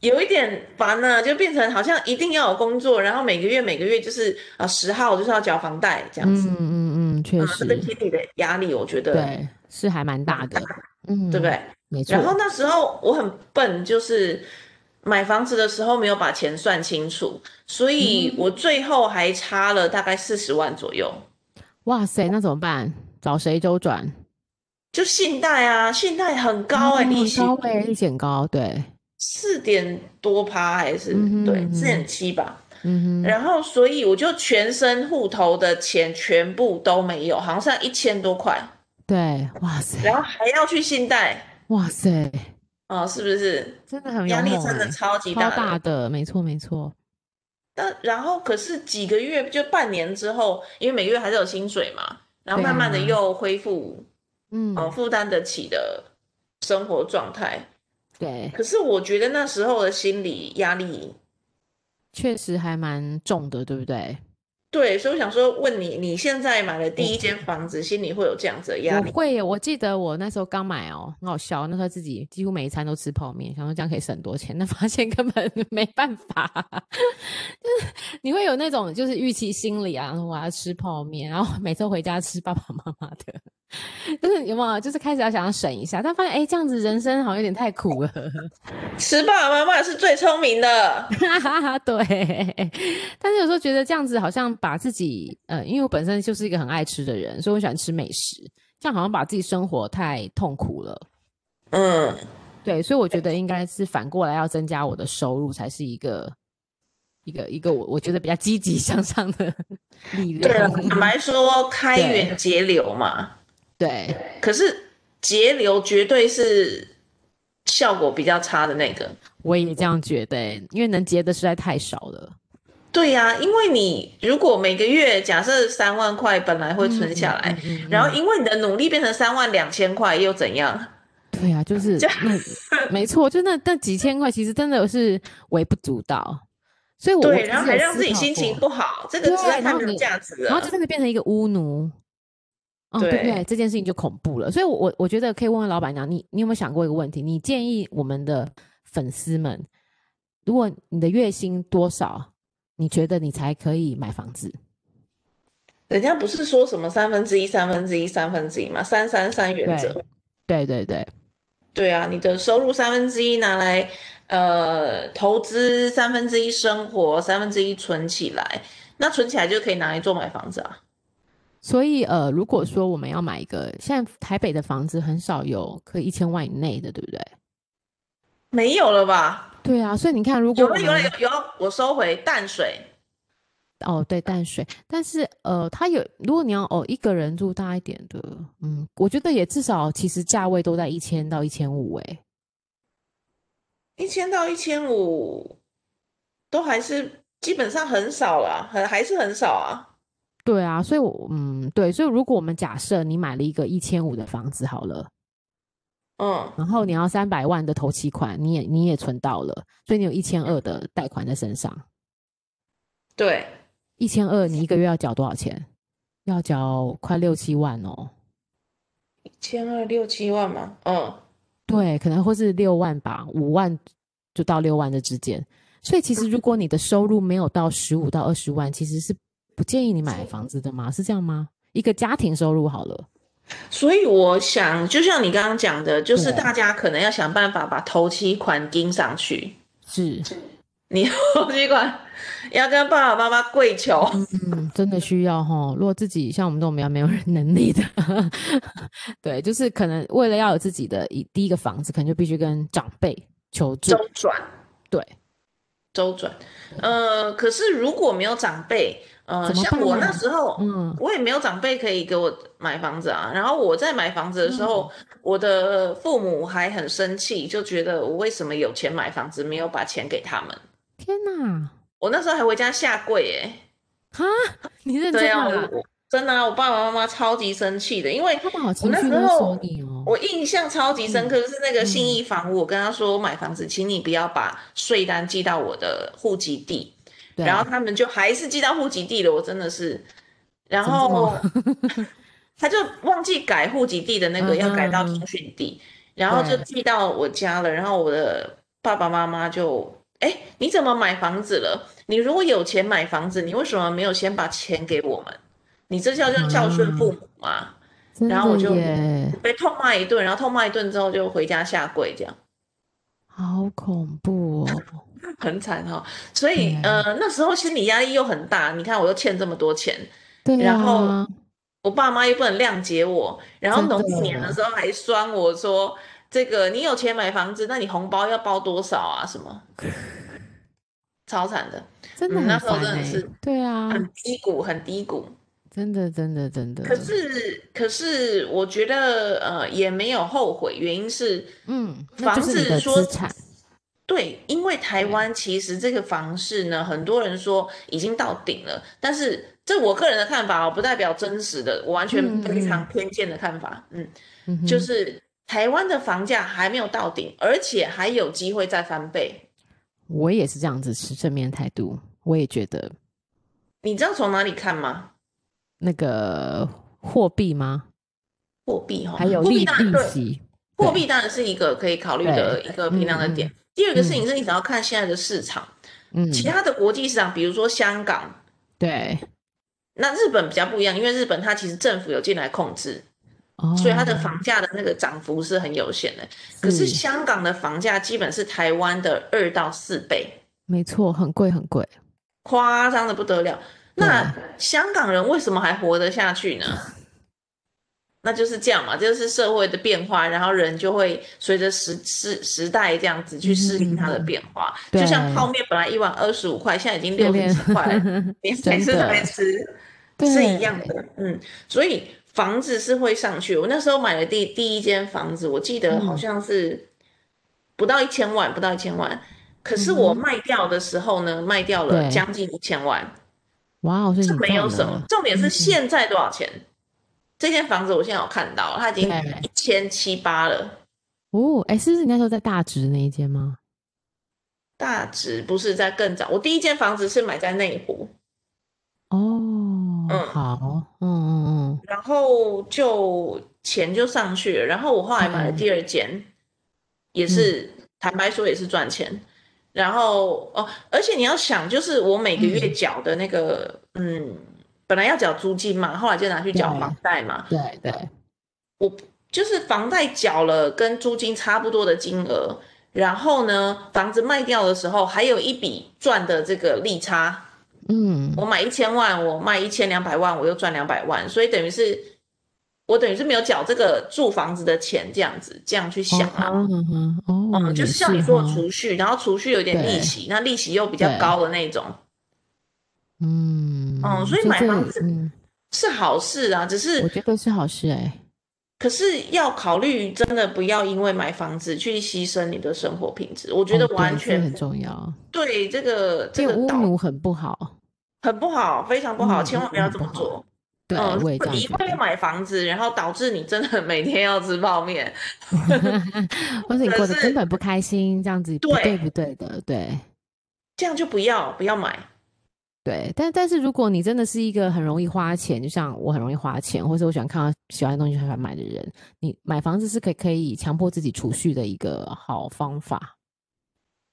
Speaker 2: 有一点烦呢、就变成好像一定要有工作，然后每个月每个月就是啊十号就是要缴房贷这样
Speaker 1: 嗯
Speaker 2: 子，
Speaker 1: 嗯嗯，确
Speaker 2: 啊，这个
Speaker 1: 实，
Speaker 2: 心理的压力，我觉得
Speaker 1: 对，是还蛮大的，嗯，
Speaker 2: 对不？对？
Speaker 1: 没错
Speaker 2: 然，后那时候我很笨，就是买房子的时候没有把钱算清楚，所以
Speaker 1: 嗯
Speaker 2: 我最后还差了大概四十万左右。
Speaker 1: 哇塞，那怎么办？找谁周转？
Speaker 2: 就信贷啊，信贷很高哎、
Speaker 1: 嗯
Speaker 2: 利息
Speaker 1: 高哎，利息很高，对，
Speaker 2: 四点多趴还是
Speaker 1: 嗯哼
Speaker 2: 对
Speaker 1: 嗯哼
Speaker 2: 四点七吧。
Speaker 1: 嗯哼，
Speaker 2: 然后所以我就全身户头的钱全部都没有，好像剩一千多块，
Speaker 1: 对，哇塞
Speaker 2: 然，后还要去信贷
Speaker 1: 哇塞，
Speaker 2: 哦、是不是？
Speaker 1: 真的很
Speaker 2: 压力
Speaker 1: 勇猛
Speaker 2: 真的
Speaker 1: 哎
Speaker 2: 超级
Speaker 1: 超
Speaker 2: 大的。
Speaker 1: 大的，没错没错，
Speaker 2: 但然后可是几个月就半年之后，因为每个月还是有薪水嘛，然后慢慢的
Speaker 1: 对啊
Speaker 2: 又恢复
Speaker 1: 嗯，
Speaker 2: 呃负担得起的生活状态。
Speaker 1: 对，
Speaker 2: 可是我觉得那时候的心理压力，
Speaker 1: 确实还蛮重的，对不对？
Speaker 2: 对，所以我想说问你，你现在买了第一间房子，心里会有这样子的压
Speaker 1: 我
Speaker 2: 力？
Speaker 1: 会耶，我记得我那时候刚买哦，很好笑。那时候自己几乎每一餐都吃泡面，想说这样可以省很多钱，但 发现根本没办法。 就是你会有那种就是预期心理啊，我要吃泡面，然后每次回家吃爸爸妈妈的， 就是有没有？就是开始要想要省一下，但发现哎，这样子人生好像有点太苦了。
Speaker 2: 吃爸爸妈妈是最聪明的，
Speaker 1: 哈哈哈， 对。但是有时候觉得这样子好像把自己，呃，因为我本身就是一个很爱吃的人，所以我喜欢吃美食，这样好像把自己生活太痛苦了。
Speaker 2: 嗯，
Speaker 1: 对，所以我觉得应该是反过来要增加我的收入，才是一个一个一个我我觉得比较积极向上的力
Speaker 2: 对啊了，
Speaker 1: 量。
Speaker 2: 坦白说，开
Speaker 1: 啊对
Speaker 2: 源节流嘛，
Speaker 1: 对
Speaker 2: 可是节流绝对是效果比较差的那个。
Speaker 1: 我也这样觉得欸，因为能结的实在太少了。
Speaker 2: 对呀、因为你如果每个月假设三万块本来会存下来，
Speaker 1: 嗯嗯
Speaker 2: 然后因为你的努力变成三万两千块又怎样？
Speaker 1: 对啊， 就是
Speaker 2: 这
Speaker 1: 那没错，就那那几千块，其实真的是微不足道。所以我，我
Speaker 2: 对，
Speaker 1: 其
Speaker 2: 然后
Speaker 1: 实
Speaker 2: 还
Speaker 1: 有
Speaker 2: 让
Speaker 1: 思
Speaker 2: 自己
Speaker 1: 考
Speaker 2: 心情
Speaker 1: 过
Speaker 2: 不好，这个实
Speaker 1: 对
Speaker 2: 在
Speaker 1: 然
Speaker 2: 太
Speaker 1: 后
Speaker 2: 没有
Speaker 1: 你
Speaker 2: 价值啊
Speaker 1: 然后
Speaker 2: 了
Speaker 1: 就。真的变成一个巫奴。哦，对不
Speaker 2: 对
Speaker 1: 对？这件事情就恐怖了。所以我，我我觉得可以问问老板娘，你你有没有想过一个问题？你建议我们的粉丝们，如果你的月薪多少，你觉得你才可以买房子？
Speaker 2: 人家不是说什么三分之一、三分之一、三分之一嘛，三三三原则。
Speaker 1: 对对对，
Speaker 2: 对啊，你的收入三分之一拿来呃投资，三分之一生活，三分之一存起来，那存起来就可以拿来做买房子啊。
Speaker 1: 所以呃，如果说我们要买一个，现在台北的房子很少有可以一千万以内的，对不对？
Speaker 2: 没有了吧？
Speaker 1: 对啊，所以你看，如果
Speaker 2: 有
Speaker 1: 我
Speaker 2: 了，有了，
Speaker 1: 们
Speaker 2: 有有了，我收回淡水。
Speaker 1: 哦，对，淡水，但是呃，它有，如果你要哦一个人住大一点的，嗯，我觉得也至少其实价位都在一千到一千五，哎，
Speaker 2: 一千到一千五，都还是基本上很少啦，很还是很少啊。
Speaker 1: 对啊，所以我嗯对，所以如果我们假设你买了一个一千五的房子好了，
Speaker 2: 嗯，
Speaker 1: 然后你要三百万的头期款，你也你也存到了，所以你有一千二的贷款在身上，
Speaker 2: 对，
Speaker 1: 一千二你一个月要缴多少钱？要缴快六七万哦，
Speaker 2: 一千二六七万嘛，嗯，
Speaker 1: 对，可能会是六万吧，五万就到六万的之间。所以其实如果你的收入没有到十五到二十万，其实是不建议你买房子的嘛，是这样吗？一个家庭收入好了，
Speaker 2: 所以我想，就像你刚刚讲的，就是
Speaker 1: 对啊
Speaker 2: 大家可能要想办法把头期款盯上去。
Speaker 1: 是，
Speaker 2: 你头期款要跟爸爸妈妈跪求，
Speaker 1: 嗯，真的需要哈。如果自己像我们这种比较没有人能力的， 对，就是可能为了要有自己的一第一个房子，可能就必须跟长辈求助
Speaker 2: 周，转
Speaker 1: 对，
Speaker 2: 周转。呃，可是如果没有长辈，呃，
Speaker 1: 怎么
Speaker 2: 像
Speaker 1: 办
Speaker 2: 我
Speaker 1: 啊
Speaker 2: 那时候，
Speaker 1: 嗯，
Speaker 2: 我也没有长辈可以给我买房子啊。然后我在买房子的时候，
Speaker 1: 嗯
Speaker 2: 我的父母还很生气，就觉得我为什么有钱买房子，没有把钱给他们。
Speaker 1: 天哪，
Speaker 2: 我那时候还回家下跪、欸，
Speaker 1: 哈， 你认
Speaker 2: 对
Speaker 1: 真
Speaker 2: 啊，
Speaker 1: 啊？嗯
Speaker 2: 我我真的啊、我爸爸妈妈超级生气的，因为
Speaker 1: 他们好情
Speaker 2: 那
Speaker 1: 绪
Speaker 2: 时
Speaker 1: 勒索
Speaker 2: 候
Speaker 1: 你哦。
Speaker 2: 我印象超级深刻，就是那个信
Speaker 1: 嗯
Speaker 2: 义房屋，我跟他说我买房子，请你不要把税单寄到我的户籍地，
Speaker 1: 对，啊
Speaker 2: 然后他们就还是寄到户籍地了，我啊真的是，然
Speaker 1: 怎么这
Speaker 2: 后
Speaker 1: 么
Speaker 2: 他就忘记改户籍地的那个要改到通讯地，然后就
Speaker 1: 对
Speaker 2: 寄到我家了，然后我的爸爸妈妈就，哎，你怎么买房子了？你如果有钱买房子，你为什么没有先把钱给我们？你这叫就孝顺父母吗？
Speaker 1: 真
Speaker 2: 然后我
Speaker 1: 的
Speaker 2: 就
Speaker 1: 耶，
Speaker 2: 被痛骂一顿，然后痛骂一顿之后就回家下跪，这样
Speaker 1: 好恐怖哦。
Speaker 2: 很惨哈、哦。所以
Speaker 1: 对
Speaker 2: 呃，那时候心理压力又很大，你看我又欠这么多钱，
Speaker 1: 对
Speaker 2: 然后
Speaker 1: 啊，
Speaker 2: 我爸妈又不能谅解我，然后
Speaker 1: 真的
Speaker 2: 农历年的时候还酸我说。这个你有钱买房子，那你红包要包多少啊？什么，超惨的，
Speaker 1: 真的
Speaker 2: 嗯那
Speaker 1: 很
Speaker 2: 时候
Speaker 1: 烦
Speaker 2: 真的
Speaker 1: 哎
Speaker 2: 是。
Speaker 1: 对啊，
Speaker 2: 很低谷，很低谷。
Speaker 1: 真的真的真的。
Speaker 2: 可是，可是我觉得呃也没有后悔，原因是
Speaker 1: 嗯，那就
Speaker 2: 房
Speaker 1: 是你
Speaker 2: 子
Speaker 1: 的
Speaker 2: 说
Speaker 1: 资产，
Speaker 2: 对，因为台
Speaker 1: 对
Speaker 2: 湾其实这个房市呢，很多人说已经到顶了，但是这我个人的看法哦，不代表真实的，我完全
Speaker 1: 嗯
Speaker 2: 非
Speaker 1: 嗯
Speaker 2: 常偏见的看法。嗯，
Speaker 1: 嗯哼
Speaker 2: 就是台湾的房价还没有到顶，而且还有机会再翻倍。
Speaker 1: 我也是这样子持正面态度，我也觉得
Speaker 2: 你知道从哪里看吗？
Speaker 1: 那个货币吗？
Speaker 2: 货币哈，
Speaker 1: 还有
Speaker 2: 哦货币
Speaker 1: 利
Speaker 2: 当然
Speaker 1: 利
Speaker 2: 对，
Speaker 1: 息，
Speaker 2: 货
Speaker 1: 对
Speaker 2: 币当然是一个可以考虑的一个
Speaker 1: 嗯
Speaker 2: 平常的
Speaker 1: 嗯
Speaker 2: 点。第二个事情是你只要看现在的市场，
Speaker 1: 嗯，
Speaker 2: 其他的国际市场，比如说香港，
Speaker 1: 对，
Speaker 2: 那日本比较不一样，因为日本它其实政府有进来控制，所以它的
Speaker 1: 哦
Speaker 2: 房价的那个涨幅是很有限的。可
Speaker 1: 是
Speaker 2: 是香港的房价基本是台湾的二到四倍，
Speaker 1: 没错，很贵很贵，
Speaker 2: 夸张的不得了。
Speaker 1: 啊
Speaker 2: 那香港人为什么还活得下去呢？那就是这样嘛，这就是社会的变化，然后人就会随着时时时代这样子去适应它的变化。
Speaker 1: 嗯嗯嗯
Speaker 2: 就像
Speaker 1: 对
Speaker 2: 泡面本来一碗二十五块，现在已经
Speaker 1: 变
Speaker 2: 六十几 块了，你还是
Speaker 1: 真的
Speaker 2: 来吃。
Speaker 1: 对
Speaker 2: 是一样的，嗯，所以房子是会上去。我那时候买的第第一间房子，我记
Speaker 1: 嗯
Speaker 2: 得好像是不到一千万，不到一千万。可是我卖掉的时候呢，卖掉了
Speaker 1: 嗯对
Speaker 2: 将近一千万，
Speaker 1: 哇哦，所以
Speaker 2: 这
Speaker 1: 你
Speaker 2: 没有
Speaker 1: 赚
Speaker 2: 什么
Speaker 1: 了。
Speaker 2: 重点
Speaker 1: 嗯
Speaker 2: 是
Speaker 1: 嗯
Speaker 2: 现在多少钱？这间房子我现在有看到，它已经
Speaker 1: 对
Speaker 2: 一千七八了，
Speaker 1: 哦，哎，是不是你那时候在大直那一间吗？
Speaker 2: 大致不是在更早。我第一间房子是买在内湖，
Speaker 1: 哦，
Speaker 2: 嗯
Speaker 1: 好，嗯嗯
Speaker 2: 然后就钱就上去了，然后我后来买了
Speaker 1: 嗯
Speaker 2: 第二间，也是坦白说也是赚钱。然后哦，而且你要想，就是我每个
Speaker 1: 嗯
Speaker 2: 月缴的那个，嗯，本来要缴租金嘛，后来就拿去缴
Speaker 1: 对
Speaker 2: 房贷嘛
Speaker 1: 嗯，，对对，
Speaker 2: 就是房贷缴了跟租金差不多的金额，然后呢，房子卖掉的时候还有一笔赚的这个利差，
Speaker 1: 嗯，
Speaker 2: 我买一千万，我卖一千两百万，我又赚两百万，所以等于是我等于是没有缴这个住房子的钱，这样子这样去想啊，
Speaker 1: 嗯嗯嗯哦，
Speaker 2: 嗯，就是
Speaker 1: 也
Speaker 2: 像你说的
Speaker 1: 哈
Speaker 2: 储蓄，然后储蓄有点利
Speaker 1: 对
Speaker 2: 息，那利息又比较
Speaker 1: 对
Speaker 2: 高的那种，
Speaker 1: 嗯嗯
Speaker 2: 哦所以买
Speaker 1: 这
Speaker 2: 房
Speaker 1: 个
Speaker 2: 子
Speaker 1: 嗯，
Speaker 2: 是好事啊，只
Speaker 1: 我
Speaker 2: 是
Speaker 1: 觉得是好事哎，
Speaker 2: 可是要考虑真的不要因为买房子去牺牲你的生活品质，我觉
Speaker 1: 哦
Speaker 2: 得
Speaker 1: 对
Speaker 2: 完
Speaker 1: 这
Speaker 2: 全
Speaker 1: 很重要，
Speaker 2: 对这个这
Speaker 1: 这
Speaker 2: 个
Speaker 1: 个
Speaker 2: 导
Speaker 1: 侮辱很不好，
Speaker 2: 很不好，非常不好，
Speaker 1: 嗯
Speaker 2: 千万不要
Speaker 1: 很
Speaker 2: 这
Speaker 1: 不
Speaker 2: 么
Speaker 1: 好
Speaker 2: 做。
Speaker 1: 对，
Speaker 2: 嗯，
Speaker 1: 我也这
Speaker 2: 如果
Speaker 1: 样
Speaker 2: 你
Speaker 1: 觉
Speaker 2: 因为
Speaker 1: 得，
Speaker 2: 买房子，然后导致你真的每天要吃泡面，
Speaker 1: 或者你
Speaker 2: 可
Speaker 1: 过得根
Speaker 2: 是
Speaker 1: 本不开心，这样子不对
Speaker 2: 对
Speaker 1: 不对的，对。
Speaker 2: 这样就不要不要买。
Speaker 1: 对，但但是如果你真的是一个很容易花钱，就像我很容易花钱，或者我喜欢看到喜欢的东西就喜欢买的人，你买房子是可以可以强迫自己储蓄的一个好方法。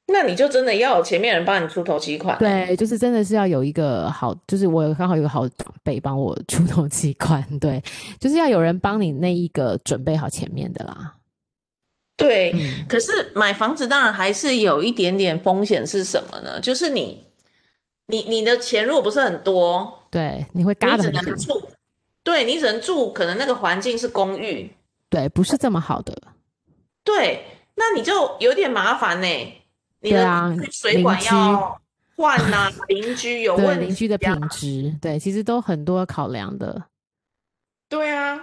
Speaker 2: 那你就真的要有前面人帮你出头期款。
Speaker 1: 对，就是真的是要有一个好，就是我刚好有个好长辈帮我出头期款， 对，就是要有人帮你那一个准备好前面的啦。
Speaker 2: 对，
Speaker 1: 嗯，
Speaker 2: 可是买房子当然还是有一点点风险，是什么呢？就是你你你的钱如果不是很多，
Speaker 1: 对，你会
Speaker 2: 你
Speaker 1: 嘎的
Speaker 2: 只
Speaker 1: 很
Speaker 2: 能
Speaker 1: 紧，
Speaker 2: 住，对你只能住，可能那个环境是公寓，
Speaker 1: 对，不是这么好的，
Speaker 2: 对，那你就有点麻烦呢、欸你
Speaker 1: 对
Speaker 2: 的
Speaker 1: 啊
Speaker 2: 水管
Speaker 1: 邻居
Speaker 2: 要换呐、邻居有
Speaker 1: 对
Speaker 2: 问
Speaker 1: 邻居
Speaker 2: 题啊
Speaker 1: 的
Speaker 2: 呀
Speaker 1: 品质，对，其实都很多考量的。
Speaker 2: 对啊，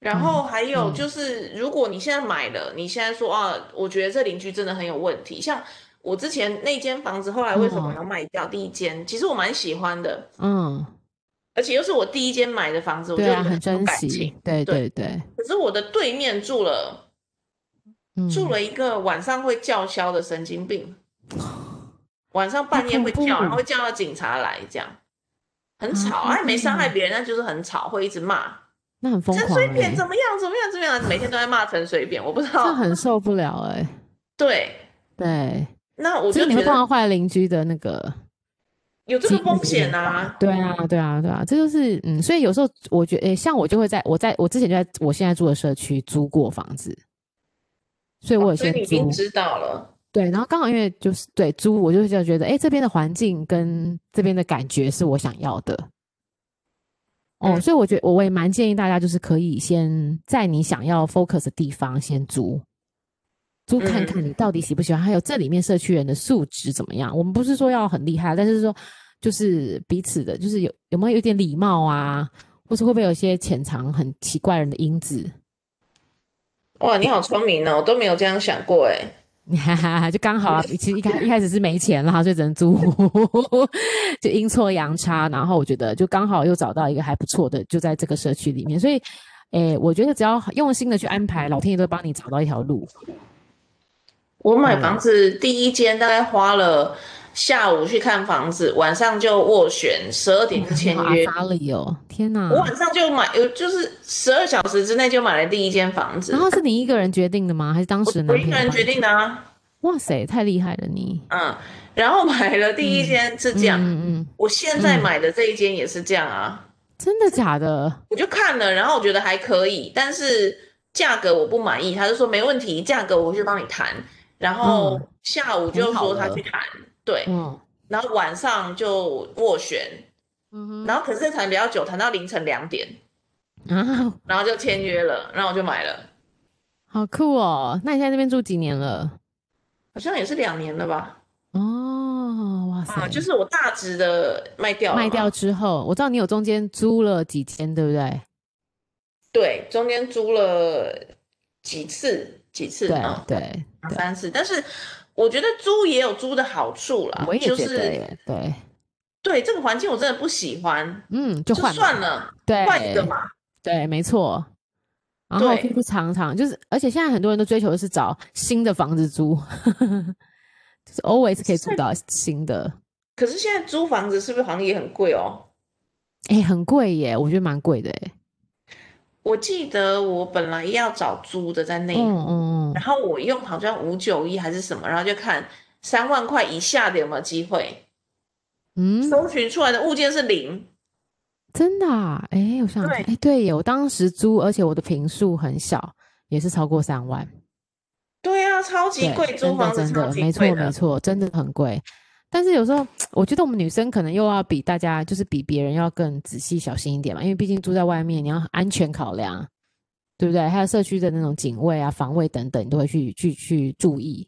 Speaker 2: 然
Speaker 1: 嗯
Speaker 2: 后还有
Speaker 1: 嗯
Speaker 2: 就是，如果你现在买了，你现在说啊，我觉得这邻居真的很有问题。像我之前那间房子后来为什么要卖掉？第一间其实我蛮喜欢的，
Speaker 1: 嗯，
Speaker 2: 而且又是我第一间买的房子，我就
Speaker 1: 对啊，
Speaker 2: 有
Speaker 1: 很珍
Speaker 2: 感
Speaker 1: 惜
Speaker 2: 情。，
Speaker 1: 对
Speaker 2: 对
Speaker 1: 对对，
Speaker 2: 可是我的对面住了
Speaker 1: 嗯，
Speaker 2: 住了一个晚上会叫嚣的神经病，晚上半夜会
Speaker 1: 好恐怖哦啊
Speaker 2: 叫，然后会叫到警察来，这样很吵，
Speaker 1: 好
Speaker 2: 哎，没伤害
Speaker 1: 恐怖哦
Speaker 2: 别人，但就是很吵，会一直骂
Speaker 1: 那很疯
Speaker 2: 陈
Speaker 1: 狂
Speaker 2: 水
Speaker 1: 欸，
Speaker 2: 扁怎么样怎么样怎么样，每天都在骂陈水扁，我不知
Speaker 1: 这
Speaker 2: 道。
Speaker 1: 很受不了哎、
Speaker 2: 对，
Speaker 1: 对，
Speaker 2: 那我
Speaker 1: 所
Speaker 2: 就
Speaker 1: 以你
Speaker 2: 觉
Speaker 1: 会碰
Speaker 2: 得
Speaker 1: 到坏邻居的那个，
Speaker 2: 有这
Speaker 1: 自
Speaker 2: 个
Speaker 1: 己
Speaker 2: 风
Speaker 1: 自己
Speaker 2: 险啊，
Speaker 1: 对啊，对啊，对啊，这就是嗯，所以有时候我觉得，诶像我就会在我在我之前就在我现在住的社区租过房子，所以我有
Speaker 2: 哦所以
Speaker 1: 先
Speaker 2: 你已
Speaker 1: 租，
Speaker 2: 经知道了。
Speaker 1: 对，然后刚好因为就是对租，我就觉得，哎，这边的环境跟这边的感觉是我想要的。哦，
Speaker 2: 嗯
Speaker 1: 所以我觉得我也蛮建议大家，就是可以先在你想要 focus 的地方先租，租看看你到底喜不喜欢，还有这里面社区人的素质怎么样。我们不是说要很厉害，但是说就是彼此的，就是有有没有有点礼貌啊，或是会不会有一些潜藏很奇怪人的因子，
Speaker 2: 哇，你好聪明哦，我都没有这样想过哎。
Speaker 1: 哈哈 哈，就刚好啊，其实一开一开始是没钱啦，所以只能租， 就阴错阳差。然后我觉得就刚好又找到一个还不错的，就在这个社区里面。所以，诶，我觉得只要用心的去安排，老天爷都会帮你找到一条路。
Speaker 2: 我买房子
Speaker 1: 嗯
Speaker 2: 第一间大概花了下午去看房子，晚上就斡旋，十二点就签
Speaker 1: 好阿
Speaker 2: 约。
Speaker 1: 莎利哦，天哪
Speaker 2: 我！晚上就买，呃，就是十二小时之内就买了第一间房子
Speaker 1: 然。后是你一个人决定的吗？还是当时的
Speaker 2: 我
Speaker 1: 男
Speaker 2: 一
Speaker 1: 朋
Speaker 2: 个人
Speaker 1: 友？
Speaker 2: 决定的啊，
Speaker 1: 哇塞，太厉害了你！
Speaker 2: 嗯，然后买了第一间是这样，
Speaker 1: 嗯嗯，
Speaker 2: 我现在买的这一间也是这样啊，
Speaker 1: 真的假的？
Speaker 2: 我就看了，然后我觉得还可以，但是价格我不满意，他就说没问题，价格我去帮你谈，然后
Speaker 1: 嗯
Speaker 2: 下午就
Speaker 1: 很好
Speaker 2: 说他
Speaker 1: 了
Speaker 2: 去谈，对，
Speaker 1: 嗯
Speaker 2: 然后晚上就斡旋，
Speaker 1: 嗯
Speaker 2: 然后可是谈比较久，谈到凌晨两点，
Speaker 1: 哼啊，
Speaker 2: 然后就签约了，然后我就买了，
Speaker 1: 好酷哦！那你现在这边住几年了？
Speaker 2: 好像也是两年了吧？
Speaker 1: 哦，哇
Speaker 2: 啊，
Speaker 1: 塞！
Speaker 2: 就是我大直的卖掉了嘛
Speaker 1: 卖掉，之后，我知道你有中间租了几间，对不对？
Speaker 2: 对，中间租了几次，几次
Speaker 1: 对
Speaker 2: 啊，
Speaker 1: 对，
Speaker 2: 两三次，但是我觉得租也有租的好处啦，
Speaker 1: 我也
Speaker 2: 就
Speaker 1: 觉得
Speaker 2: 是
Speaker 1: 耶，对，
Speaker 2: 对这个环境我真的不喜欢，
Speaker 1: 嗯，就
Speaker 2: 就
Speaker 1: 换
Speaker 2: 算了，
Speaker 1: 对
Speaker 2: 换一个嘛，
Speaker 1: 对，没错。然后
Speaker 2: 对
Speaker 1: 就是常常就是，而且现在很多人都追求的是找新的房子租， 就是 always 可以租
Speaker 2: 是
Speaker 1: 到新的。
Speaker 2: 可是现在租房子是不是好像也很贵哦？
Speaker 1: 哎，很贵耶，我觉得蛮贵的哎。
Speaker 2: 我记得我本来要找租的在内湖，
Speaker 1: 嗯嗯嗯
Speaker 2: 然，后我用好像五九一还是什么，然后就看三万块以下的有没有机会，
Speaker 1: 嗯，
Speaker 2: 搜寻出来的物件是零，
Speaker 1: 真的啊，哎，我想想看，
Speaker 2: 对
Speaker 1: 哎，对耶，我当时租，而且我的平数很小，也是超过三万。
Speaker 2: 对啊，超级
Speaker 1: 对，
Speaker 2: 贵，租
Speaker 1: 真的
Speaker 2: 房子
Speaker 1: 真
Speaker 2: 超
Speaker 1: 的，
Speaker 2: 级
Speaker 1: 没
Speaker 2: 贵
Speaker 1: 错没
Speaker 2: 的，
Speaker 1: 错，真的很贵。但是有时候，我觉得我们女生可能又要比大家，就是比别人要更仔细小心一点嘛，因为毕竟住在外面，你要安全考量，对不对？还有社区的那种警卫啊、防卫等等，你都会去去去注意。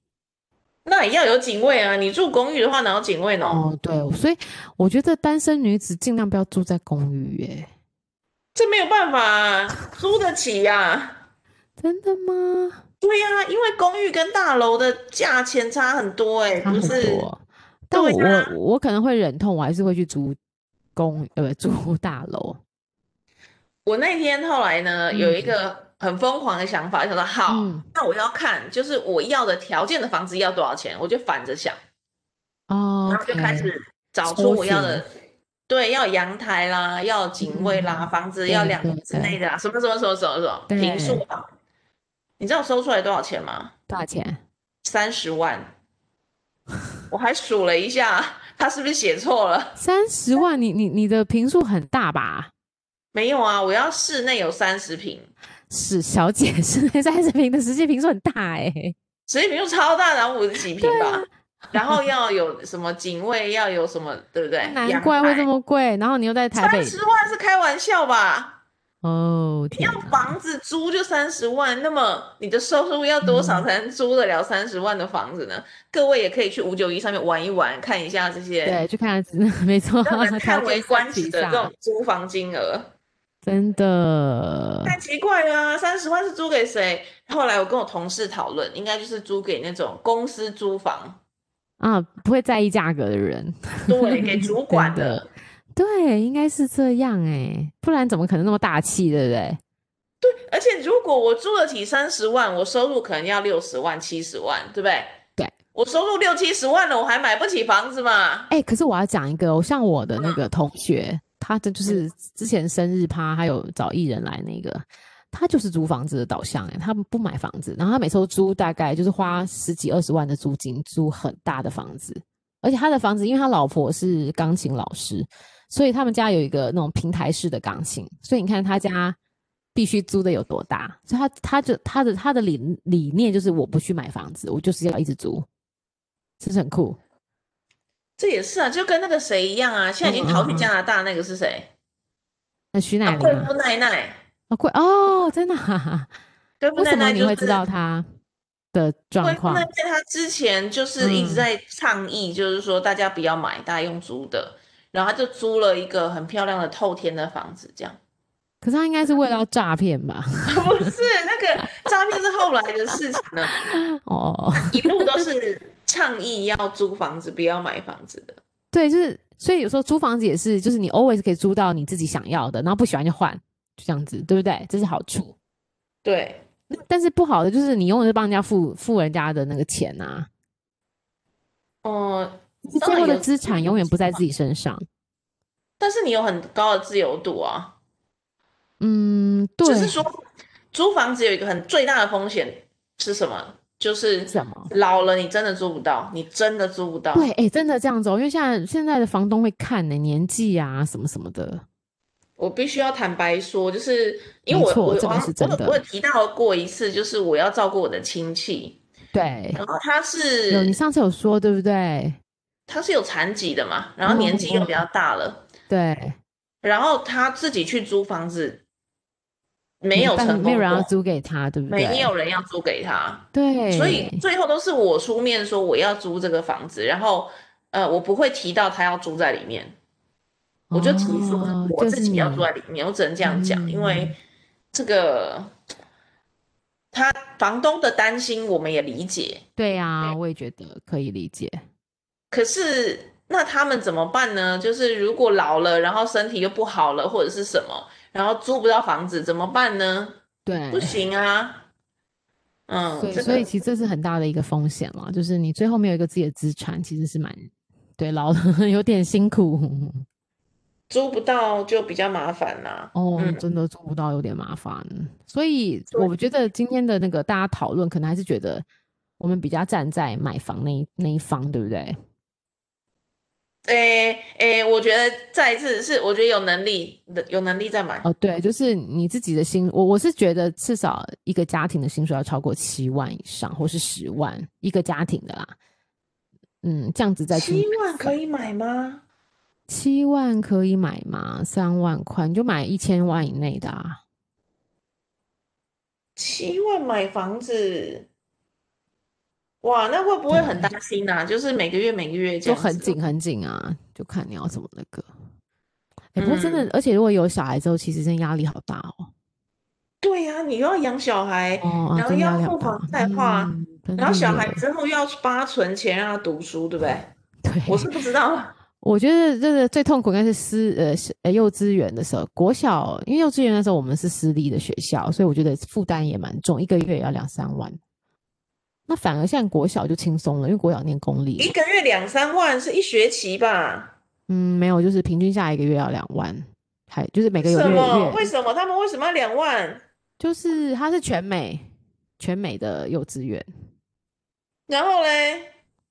Speaker 2: 那也要有警卫啊，你住公寓的话哪有警卫呢？
Speaker 1: 哦，对，所以我觉得单身女子尽量不要住在公寓，耶，
Speaker 2: 这没有办法、啊，租得起呀、
Speaker 1: 真的吗？
Speaker 2: 对呀、因为公寓跟大楼的价钱差很多哎、
Speaker 1: 差
Speaker 2: 不
Speaker 1: 很
Speaker 2: 是？
Speaker 1: 多。但我
Speaker 2: 对啊
Speaker 1: 我我可能会忍痛，我还是会去租公呃不 租大楼。
Speaker 2: 我那天后来呢，有一个很疯狂的想法，想说好，
Speaker 1: 嗯
Speaker 2: 那我要看，就是我要的条件的房子要多少钱，我就反着想，
Speaker 1: 哦，
Speaker 2: 然后就开始
Speaker 1: 搜
Speaker 2: 找出我要的
Speaker 1: 寻，
Speaker 2: 对，要阳台啦，要警卫啦，房子
Speaker 1: 嗯
Speaker 2: 要
Speaker 1: 对
Speaker 2: 两
Speaker 1: 对
Speaker 2: 年之内的啊啦，什么什么什么什么什么
Speaker 1: 对
Speaker 2: 平数啊，你知道我搜出来多少钱吗？
Speaker 1: 多少钱？
Speaker 2: 三十万。我还数了一下，他是不是写错了？
Speaker 1: 三十万，你你你的平数很大吧？
Speaker 2: 没有啊，我要室内有三十平，
Speaker 1: 是小姐是三十平的实际平数很大哎、
Speaker 2: 十几平就超大，啊然后五十几平
Speaker 1: 对啊
Speaker 2: 吧，然后要有什么警卫，要有什么，对不对？
Speaker 1: 难怪会这么贵。然后你又在台
Speaker 2: 三
Speaker 1: 北，
Speaker 2: 十万是开玩笑吧？
Speaker 1: 哦
Speaker 2: 你
Speaker 1: 天
Speaker 2: 要
Speaker 1: 哪，
Speaker 2: 房子租就三十万，那么你的收入要多
Speaker 1: 嗯
Speaker 2: 少才能租得了三十万的房子呢？各位也可以去五九一上面玩一玩，看一下这些
Speaker 1: 对，去看 看，没错，
Speaker 2: 让 人
Speaker 1: 条件
Speaker 2: 叹为观止的
Speaker 1: 上
Speaker 2: 这种租房金额。
Speaker 1: 真的
Speaker 2: 太奇怪了、啊，三十万是租给谁？后来我跟我同事讨论，应该就是租给那种公司租房，
Speaker 1: 啊，不会在意价格的人，
Speaker 2: 对，给主管
Speaker 1: 真
Speaker 2: 的
Speaker 1: 的。对，应该是这样哎、不然怎么可能那么大气，对不对？
Speaker 2: 而且如果我租得起三十万，我收入可能要六十万、七十万，对不对？
Speaker 1: 对，
Speaker 2: 我收入六七十万了，我还买不起房子嘛？
Speaker 1: 哎、可是我要讲一个哦，像我的那个同学，他的就是之前生日趴，还有找艺人来那个，他就是租房子的导向、哎，他不买房子，然后他每次都租大概就是花十几二十万的租金租很大的房子，而且他的房子，因为他老婆是钢琴老师，所以他们家有一个那种平台式的钢琴，所以你看他家。必须租的有多大？所以他他就他的他的理理念就是我不去买房子，我就是要一直租，是不是很酷？
Speaker 2: 这也是啊，就跟那个谁一样啊，现在已经逃去加拿大那个是谁？
Speaker 1: 那徐
Speaker 2: 啊
Speaker 1: 乃麟
Speaker 2: 贵
Speaker 1: 啊，
Speaker 2: 妇奈奈，
Speaker 1: 好贵哦，真的、啊？
Speaker 2: 贵妇
Speaker 1: 为
Speaker 2: 奈
Speaker 1: 什么
Speaker 2: 奈
Speaker 1: 你
Speaker 2: 就
Speaker 1: 会
Speaker 2: 是
Speaker 1: 知道他的状
Speaker 2: 贵妇
Speaker 1: 况
Speaker 2: 奈？奈她之前就是一
Speaker 1: 嗯
Speaker 2: 直在倡议，就是说大家不要买，大家用租的，然后她就租了一个很漂亮的透天的房子，这样。
Speaker 1: 可是他应该是为了要诈骗吧？
Speaker 2: 不是那个诈骗是后来的事情了，
Speaker 1: 哦，
Speaker 2: 一路都是倡议要租房子，不要买房子的。
Speaker 1: 对，就是所以有时候租房子也是，就是你 always 可以租到你自己想要的，然后不喜欢就换，就这样子，对不对？这是好处。
Speaker 2: 对，
Speaker 1: 但是不好的就是你用的是帮人家付付人家的那个钱啊，
Speaker 2: 嗯，
Speaker 1: 就是
Speaker 2: 当
Speaker 1: 最
Speaker 2: 然
Speaker 1: 后的
Speaker 2: 有
Speaker 1: 资产永远不在自己身上。
Speaker 2: 但是你有很高的自由度啊，
Speaker 1: 嗯，对
Speaker 2: 就，是说租房子有一个很最大的风险是什么？就是
Speaker 1: 什么？
Speaker 2: 老了你真的租不到，你真的租不到。
Speaker 1: 对，哎、真的这样子哦，因为现在现在的房东会看呢、年纪啊什么什么的。
Speaker 2: 我必须要坦白说，就是因为
Speaker 1: 没
Speaker 2: 我
Speaker 1: 错
Speaker 2: 我
Speaker 1: 这个
Speaker 2: 好像
Speaker 1: 是真
Speaker 2: 我有
Speaker 1: 的
Speaker 2: 我有提到过一次，就是我要照顾我的亲戚，
Speaker 1: 对，
Speaker 2: 然后他是
Speaker 1: 有你上次有说对不对？
Speaker 2: 他是有残疾的嘛，然后
Speaker 1: 嗯
Speaker 2: 年纪又
Speaker 1: 嗯
Speaker 2: 比较大了，
Speaker 1: 对，
Speaker 2: 然后他自己去租房子，没有
Speaker 1: 办法
Speaker 2: 成
Speaker 1: 没
Speaker 2: 功
Speaker 1: 有人要
Speaker 2: 过，
Speaker 1: 租给他，对不对？
Speaker 2: 没有人要租给他。
Speaker 1: 对，
Speaker 2: 所以最后都是我出面说我要租这个房子，然后呃，我不会提到他要住在里面，我就提出
Speaker 1: 哦
Speaker 2: 我自己要住
Speaker 1: 就是
Speaker 2: 在里面，我只能这样讲，
Speaker 1: 嗯
Speaker 2: 因为这个他房东的担心我们也理解，
Speaker 1: 你对啊，我也觉得可以理解。
Speaker 2: 可是那他们怎么办呢？就是如果老了，然后身体又不好了，或者是什么，然后租不到房子怎么办呢？
Speaker 1: 对，
Speaker 2: 不行啊，嗯，
Speaker 1: 所以
Speaker 2: 这
Speaker 1: 所以
Speaker 2: 个
Speaker 1: 其实这是很大的一个风险了，就是你最后没有一个自己的资产，其实是蛮对老的 有点辛苦
Speaker 2: 租不到就比较麻烦啦、
Speaker 1: 哦，
Speaker 2: 嗯
Speaker 1: 真的做不到有点麻烦。所以
Speaker 2: 对
Speaker 1: 我觉得今天的那个大家讨论，可能还是觉得我们比较站在买房那一那一方，对不对？
Speaker 2: 诶诶，我觉得再一次是，我觉得有能力的，有能力再买。
Speaker 1: 哦，对，就是你自己的薪，我我是觉得至少一个家庭的薪水要超过七万以上，或是十万一个家庭的啦。嗯，这样子再去
Speaker 2: 七
Speaker 1: 买
Speaker 2: 万可
Speaker 1: 房
Speaker 2: 以买吗？
Speaker 1: 七万可以买吗？三万块你就买一千万以内的啊。
Speaker 2: 七万买房子，哇，那会不会很担心啊？就是每个月每个月这
Speaker 1: 就
Speaker 2: 样
Speaker 1: 很
Speaker 2: 子哦
Speaker 1: 紧很紧啊，就看你要什么那个。哎、不过真的，
Speaker 2: 嗯
Speaker 1: 而且如果有小孩之后，其实真的压力好大哦。
Speaker 2: 对呀、你又要养小孩，
Speaker 1: 哦，啊
Speaker 2: 然后
Speaker 1: 真的
Speaker 2: 要
Speaker 1: 压力好
Speaker 2: 付
Speaker 1: 大
Speaker 2: 房贷话
Speaker 1: 嗯真
Speaker 2: 然后
Speaker 1: 的
Speaker 2: 小
Speaker 1: 耶
Speaker 2: 孩之后要帮他存钱让他读书，对不对？
Speaker 1: 对，
Speaker 2: 我是不知 道啦，
Speaker 1: 我觉得这个最痛苦应该是私呃是呃幼稚园的时候，国小，因为幼稚园的时候我们是私立的学校，所以我觉得负担也蛮重，一个月也要两三万。那反而像国小就轻松了，因为国小念公
Speaker 2: 一
Speaker 1: 立，
Speaker 2: 个月两三万是一学期吧？
Speaker 1: 嗯，没有，就是平均下来一个月要两万，还就是每个月
Speaker 2: 什么？
Speaker 1: 月
Speaker 2: 为什么他们为什么要两万？
Speaker 1: 就是它是全美全美的幼稚园，
Speaker 2: 然后嘞，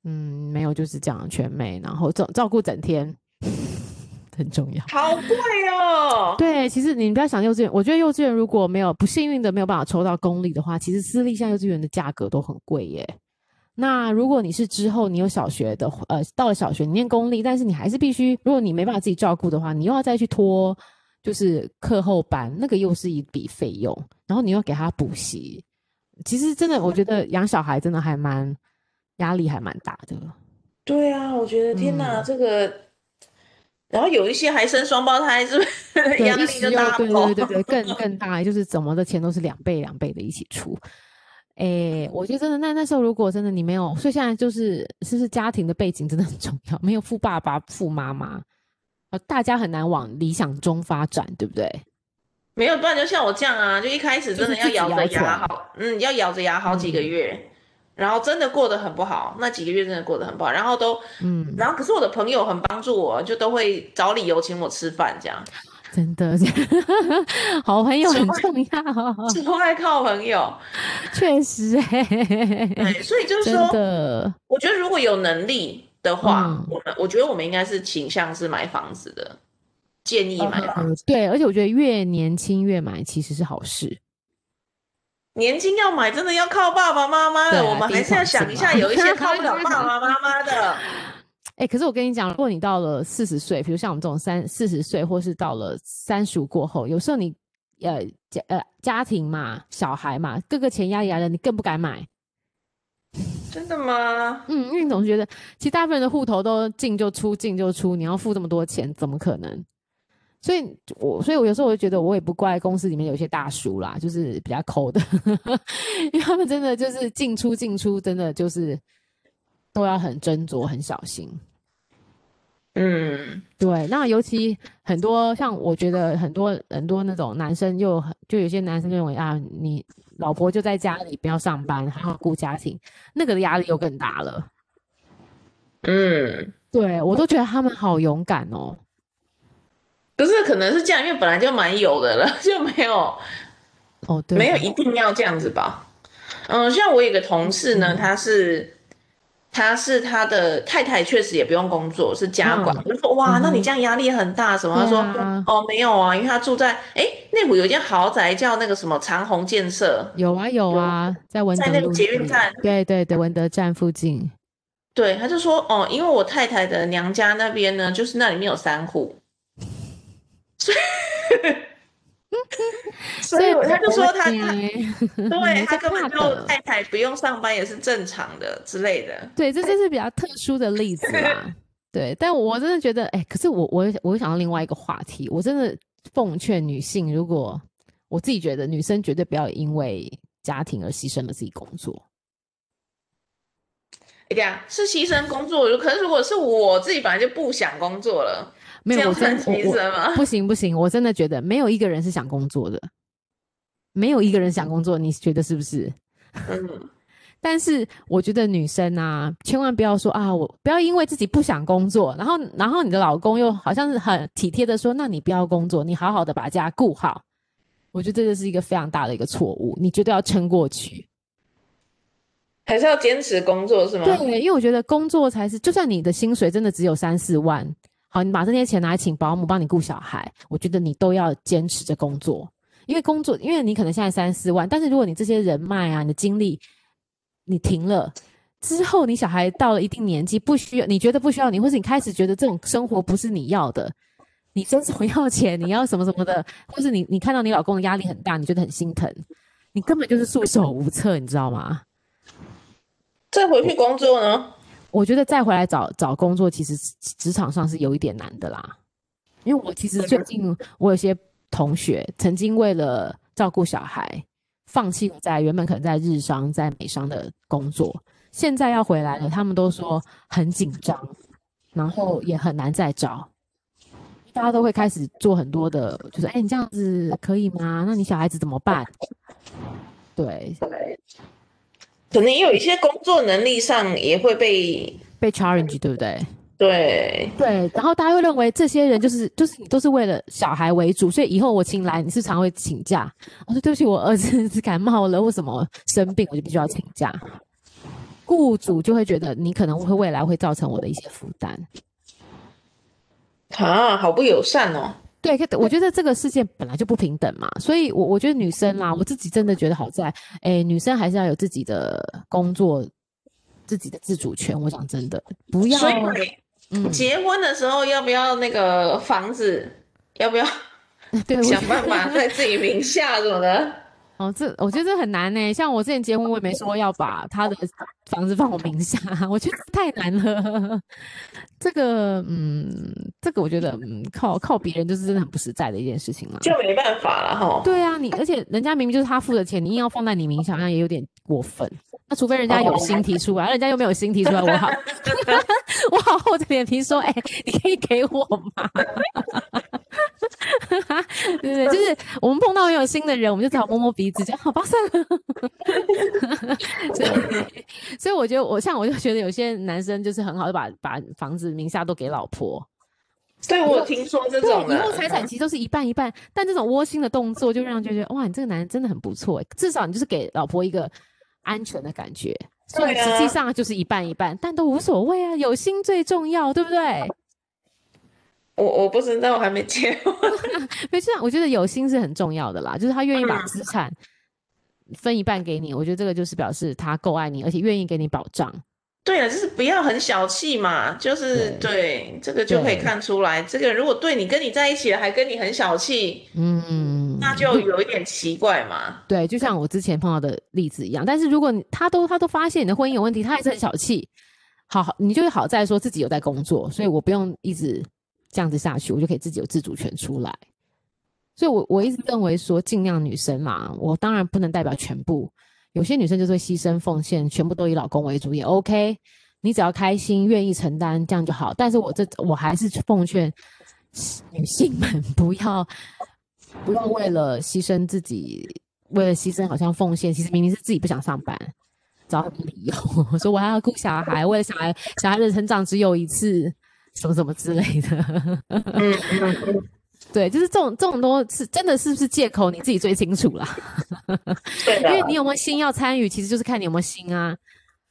Speaker 1: 嗯，没有就是这样全美，然后照照顾整天 很重要。
Speaker 2: 好贵哦。
Speaker 1: 对，其实你不要想幼稚园，我觉得幼稚园如果没有不幸运的没有办法抽到公立的话，其实私立像幼稚园的价格都很贵耶。那如果你是之后你有小学的话，呃，到了小学你念公立，但是你还是必须，如果你没办法自己照顾的话，你又要再去拖，就是课后班，那个又是一笔费用，然后你又要给他补习。其实真的，我觉得养小孩真的还蛮压力还蛮大的。
Speaker 2: 对啊，我觉得天哪，
Speaker 1: 嗯
Speaker 2: 这个，然后有一些还生双胞胎，是不是
Speaker 1: 对，
Speaker 2: 压
Speaker 1: 一
Speaker 2: 力
Speaker 1: 时
Speaker 2: 就
Speaker 1: 又
Speaker 2: 大
Speaker 1: 对
Speaker 2: 爆
Speaker 1: 对对对，更更大，就是怎么的钱都是两倍两倍的一起出。哎，我觉得真的，那那时候如果真的你没有，所以现在就是是不是家庭的背景真的很重要？ 没有富爸爸、富妈妈，呃，大家很难往理想中发展，对不对？
Speaker 2: 没有，不然就像我这样啊，就一开始真的
Speaker 1: 就是
Speaker 2: 要
Speaker 1: 自己
Speaker 2: 咬着
Speaker 1: 咬起来嗯
Speaker 2: 牙好，嗯，要咬着牙好几个月，然后真的过得很不好，那几个月真的过得很不好，然后都，
Speaker 1: 嗯，
Speaker 2: 然后可是我的朋友很帮助我，就都会找理由请我吃饭这样，
Speaker 1: 真的， 好朋友很
Speaker 2: 所以
Speaker 1: 重要，
Speaker 2: 只都爱靠 朋友，
Speaker 1: 确实、哎，
Speaker 2: 对，所以就是
Speaker 1: 真
Speaker 2: 说，
Speaker 1: 的，
Speaker 2: 我觉得如果有能力的话，
Speaker 1: 嗯
Speaker 2: 我们我觉得我们应该是倾向是买房子的，建议
Speaker 1: 哦
Speaker 2: 买房子，
Speaker 1: 对，而且我觉得越年轻越买其实是好事，
Speaker 2: 年轻要买真的要靠爸爸妈妈
Speaker 1: 对
Speaker 2: 的，
Speaker 1: 啊
Speaker 2: 我们还是要想一下，
Speaker 1: 第一桶金嘛
Speaker 2: 有一 些靠不了爸爸妈妈的，
Speaker 1: 哎、可是我跟你讲，如果你到了四十岁，比如像我们这种三四十岁，或是到了三十五过后，有时候你呃家呃家庭嘛、小孩嘛，各个钱压力来了，你更不敢买。
Speaker 2: 真的吗？
Speaker 1: 嗯，因为你总是觉得，其实大部分人的户头都进就出，进就出，你要付这么多钱，怎么可能？所以我，所以我有时候我就觉得，我也不怪公司里面有一些大叔啦，就是比较抠的， 因为他们真的就是进出进出，真的就是都要很斟酌、很小心。
Speaker 2: 嗯，
Speaker 1: 对，那尤其很多像我觉得很多很多那种男生又很就有些男生认为啊，你老婆就在家里不要上班，还要顾家庭，那个的压力又更大了。
Speaker 2: 嗯，
Speaker 1: 对我都觉得他们好勇敢哦。
Speaker 2: 不是，可能是这样，因为本来就蛮有的了， 就没有
Speaker 1: 哦，对，
Speaker 2: 没有一定要这样子吧。嗯，像我有一个同事
Speaker 1: 嗯
Speaker 2: 呢，他是他是他的太太确实也不用工作，是家管。
Speaker 1: 嗯
Speaker 2: 我就说哇，
Speaker 1: 嗯哼
Speaker 2: 那你这样压力很大什么？他说
Speaker 1: 对啊
Speaker 2: 哦没有啊，因为他住在哎内湖有一间豪宅叫那个什么长虹建设，
Speaker 1: 有啊有啊，在文
Speaker 2: 在
Speaker 1: 德
Speaker 2: 那个
Speaker 1: 路
Speaker 2: 捷运
Speaker 1: 那里
Speaker 2: 站
Speaker 1: 对对对，文德站附近。
Speaker 2: 对，他就说哦，因为我太太的娘家那边呢，就是那里面有三户，所以所以我他就说他他对
Speaker 1: 嗯
Speaker 2: 他
Speaker 1: 这
Speaker 2: 根本
Speaker 1: 怕的
Speaker 2: 就太太不用上班也是正常的之类的。
Speaker 1: 对，这就是比较特殊的例子 啦。对，但我真的觉得，哎、可是我我我又想到另外一个话题，我真的奉劝女性，如果我自己觉得女生绝对不要因为家庭而牺牲了自己工作。
Speaker 2: 哎呀，是牺牲工作，可是如果是我自己本来就不想工作了，
Speaker 1: 没
Speaker 2: 这
Speaker 1: 有，
Speaker 2: 样
Speaker 1: 我真
Speaker 2: 算
Speaker 1: 我
Speaker 2: 牺牲吗
Speaker 1: 我？不行不行，我真的觉得没有一个人是想工作的，没有一个人想工作，你觉得是不是？
Speaker 2: 嗯，
Speaker 1: 但是我觉得女生啊，千万不要说啊，我不要因为自己不想工作，然后然后你的老公又好像是很体贴的说，那你不要工作，你好好的把家顾好。我觉得这就是一个非常大的一个错误，你绝对要撑过去。
Speaker 2: 还是要坚持工作是吗？
Speaker 1: 对，因为我觉得工作才是，就算你的薪水真的只有三四万，好，你把这些钱拿来请保姆帮你顾小孩，我觉得你都要坚持着工作，因为工作，因为你可能现在三四万，但是如果你这些人脉啊，你的精力，你停了。之后，你小孩到了一定年纪，不需要你觉得不需要你，或是你开始觉得这种生活不是你要的，你伸手要钱，你要什么什么的，或是你你看到你老公的压力很大，你觉得很心疼，你根本就是束手无策，你知道吗？
Speaker 2: 再回去工作呢？
Speaker 1: 我觉得再回来找找工作，其实职职场上是有一点难的啦。因为我其实最近我有些同学曾经为了照顾小孩，放弃了在原本可能在日商、在美商的工作，现在要回来了，他们都说很紧张，然后也很难再找。大家都会开始做很多的，就是哎、你这样子可以吗？那你小孩子怎么办？对，
Speaker 2: 可能也有一些工作能力上也会被
Speaker 1: 被 challenge，对不对？
Speaker 2: 对，
Speaker 1: 对，然后大家会认为这些人就是就是你都是为了小孩为主，所以以后我请来你是常会请假。我说对不起，我儿子是感冒了，为什么生病，我就必须要请假。雇主就会觉得你可能会未来会造成我的一些负担。
Speaker 2: 啊，好不友善哦。
Speaker 1: 对，可我觉得这个世界本来就不平等嘛，所以我我觉得女生啦，我自己真的觉得好在，哎，女生还是要有自己的工作，自己的自主权。我讲真的，不要
Speaker 2: 所以
Speaker 1: 嗯，
Speaker 2: 结婚的时候要不要那个房子？要不要
Speaker 1: 对，我
Speaker 2: 想办法在自己名下什么的？
Speaker 1: 哦，这我觉得这很难呢、像我之前结婚，我也没说要把他的房子放我名下， 我觉得这太难了。这个，嗯，这个我觉得，嗯，靠靠别人就是真的很不实在的一件事情了。
Speaker 2: 就没办法了哈。
Speaker 1: 对啊，你而且人家明明就是他付的钱，你硬要放在你名下，好像也有点过分。那除非人家有心提出来，人家又没有心提出来，我好， 我好厚着脸皮说，哎、你可以给我吗？ 对对，就是我们碰到有新的人，我们就只好摸摸鼻子，讲好吧，算了。 所以，所以我觉得我像我就觉得有些男生就是很好，就把把房子名下都给老婆，
Speaker 2: 对，我有听说这
Speaker 1: 对，
Speaker 2: 种嗯
Speaker 1: 以
Speaker 2: 的
Speaker 1: 后财产其实都是一半一半，但这种窝心的动作就让人觉得哇，你这个男人真的很不错欸，至少你就是给老婆一个安全的感觉。虽然
Speaker 2: 对
Speaker 1: 实际
Speaker 2: 啊
Speaker 1: 上就是一半一半，但都无所谓啊，有心最重要，对不 对？
Speaker 2: 我我不知道，我还没结婚。
Speaker 1: 没事啊，我觉得有心是很重要的啦，就是他愿意把
Speaker 2: 嗯
Speaker 1: 资产分一半给你，我觉得这个就是表示他够爱你，而且愿意给你保障。
Speaker 2: 对了，就是不要很小气嘛，就是对这个就可以
Speaker 1: 对
Speaker 2: 看出来，这个人如果对你跟你在一起了，还跟你很小气，
Speaker 1: 嗯，
Speaker 2: 那就有一点奇怪嘛。
Speaker 1: 对，就像我之前碰到的例子一样。但是如果你他都他都发现你的婚姻有问题，他还是很小气，好好，你就是好在说自己有在工作，所以我不用一直这样子下去，我就可以自己有自主权出来。所以我，我一直认为说，尽量女生嘛，我当然不能代表全部，有些女生就是会牺牲奉献，全部都以老公为主也 OK。你只要开心，愿意承担，这样就好。但是我这我还是奉劝女性们不要不要为了牺牲自己，为了牺牲好像奉献，其实明明是自己不想上班，找很多理由 说我还要顾小孩，为了小孩小孩的成长只有一次，什么什么之类的。
Speaker 2: 嗯嗯嗯，
Speaker 1: 对，就是这种这种多是真的是不是借口，你自己最清楚啦。
Speaker 2: 对
Speaker 1: 因为
Speaker 2: 的，
Speaker 1: 你有没有心要参与，其实就是看你有没有心啊。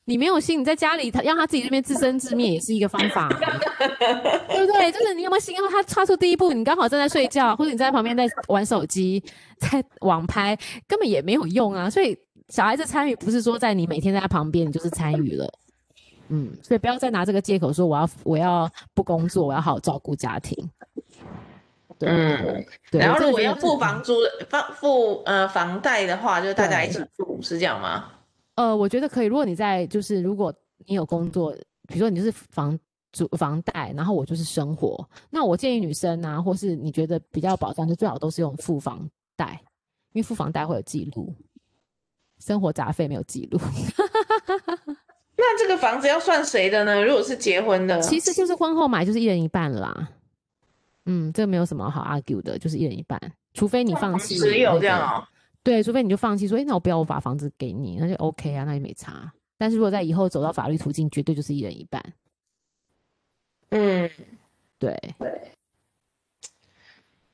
Speaker 1: 你没有心，你在家里他让他自己这边自生自灭也是一个方法、对不对？就是你有没有心，然后他跨出第一步，你刚好正在睡觉，或者你在旁边在玩手机、在网拍，根本也没有用啊。所以小孩子参与不是说在你每天在他旁边，你就是参与了。嗯，所以不要再拿这个借口说我要我要不工作，我要好好照顾家庭。对，
Speaker 2: 嗯。
Speaker 1: 对。
Speaker 2: 然后
Speaker 1: 真的
Speaker 2: 如果
Speaker 1: 觉
Speaker 2: 要
Speaker 1: 得
Speaker 2: 付房租、房付呃房贷的话，就是大家
Speaker 1: 对
Speaker 2: 一起付，是这样吗？
Speaker 1: 呃，我觉得可以。如果你在就是如果你有工作，比如说你就是房租房贷，然后我就是生活，那我建议女生啊，或是你觉得比较有保障，就最好都是用付房贷，因为付房贷会有记录，生活杂费没有记录。
Speaker 2: 那这个房子要算谁的呢？如果是结婚的，
Speaker 1: 其实就是婚后买就是一人一半了啦。嗯，这个没有什么好 argue 的，就是一人一半，除非你放弃
Speaker 2: 只有
Speaker 1: 那
Speaker 2: 这样
Speaker 1: 个
Speaker 2: 哦。
Speaker 1: 对，除非你就放弃说，诶那我不要，我把房子给你，那就 OK 啊，那就没差。但是如果在以后走到法律途径，绝对就是一人一半。
Speaker 2: 嗯，
Speaker 1: 对，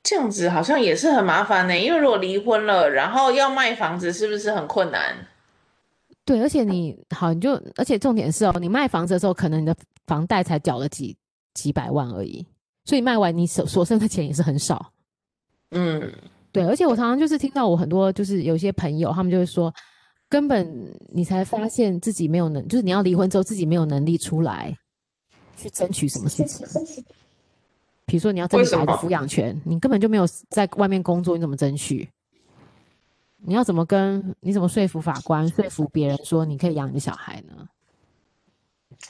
Speaker 2: 这样子好像也是很麻烦呢、因为如果离婚了，然后要卖房子，是不是很困难？
Speaker 1: 对，而且你好，你就而且重点是哦，你卖房子的时候，可能你的房贷才缴了几几百万而已，所以卖完你所所剩的钱也是很少。
Speaker 2: 嗯，
Speaker 1: 对，而且我常常就是听到我很多就是有一些朋友，他们就会说，根本你才发现自己没有能，就是你要离婚之后自己没有能力出来去争取什么事情。比如说你要争
Speaker 2: 为
Speaker 1: 取
Speaker 2: 什
Speaker 1: 孩子
Speaker 2: 么
Speaker 1: 抚养权，你根本就没有在外面工作，你怎么争取？你要怎么跟你怎么说服法官说服别人说你可以养你的小孩呢？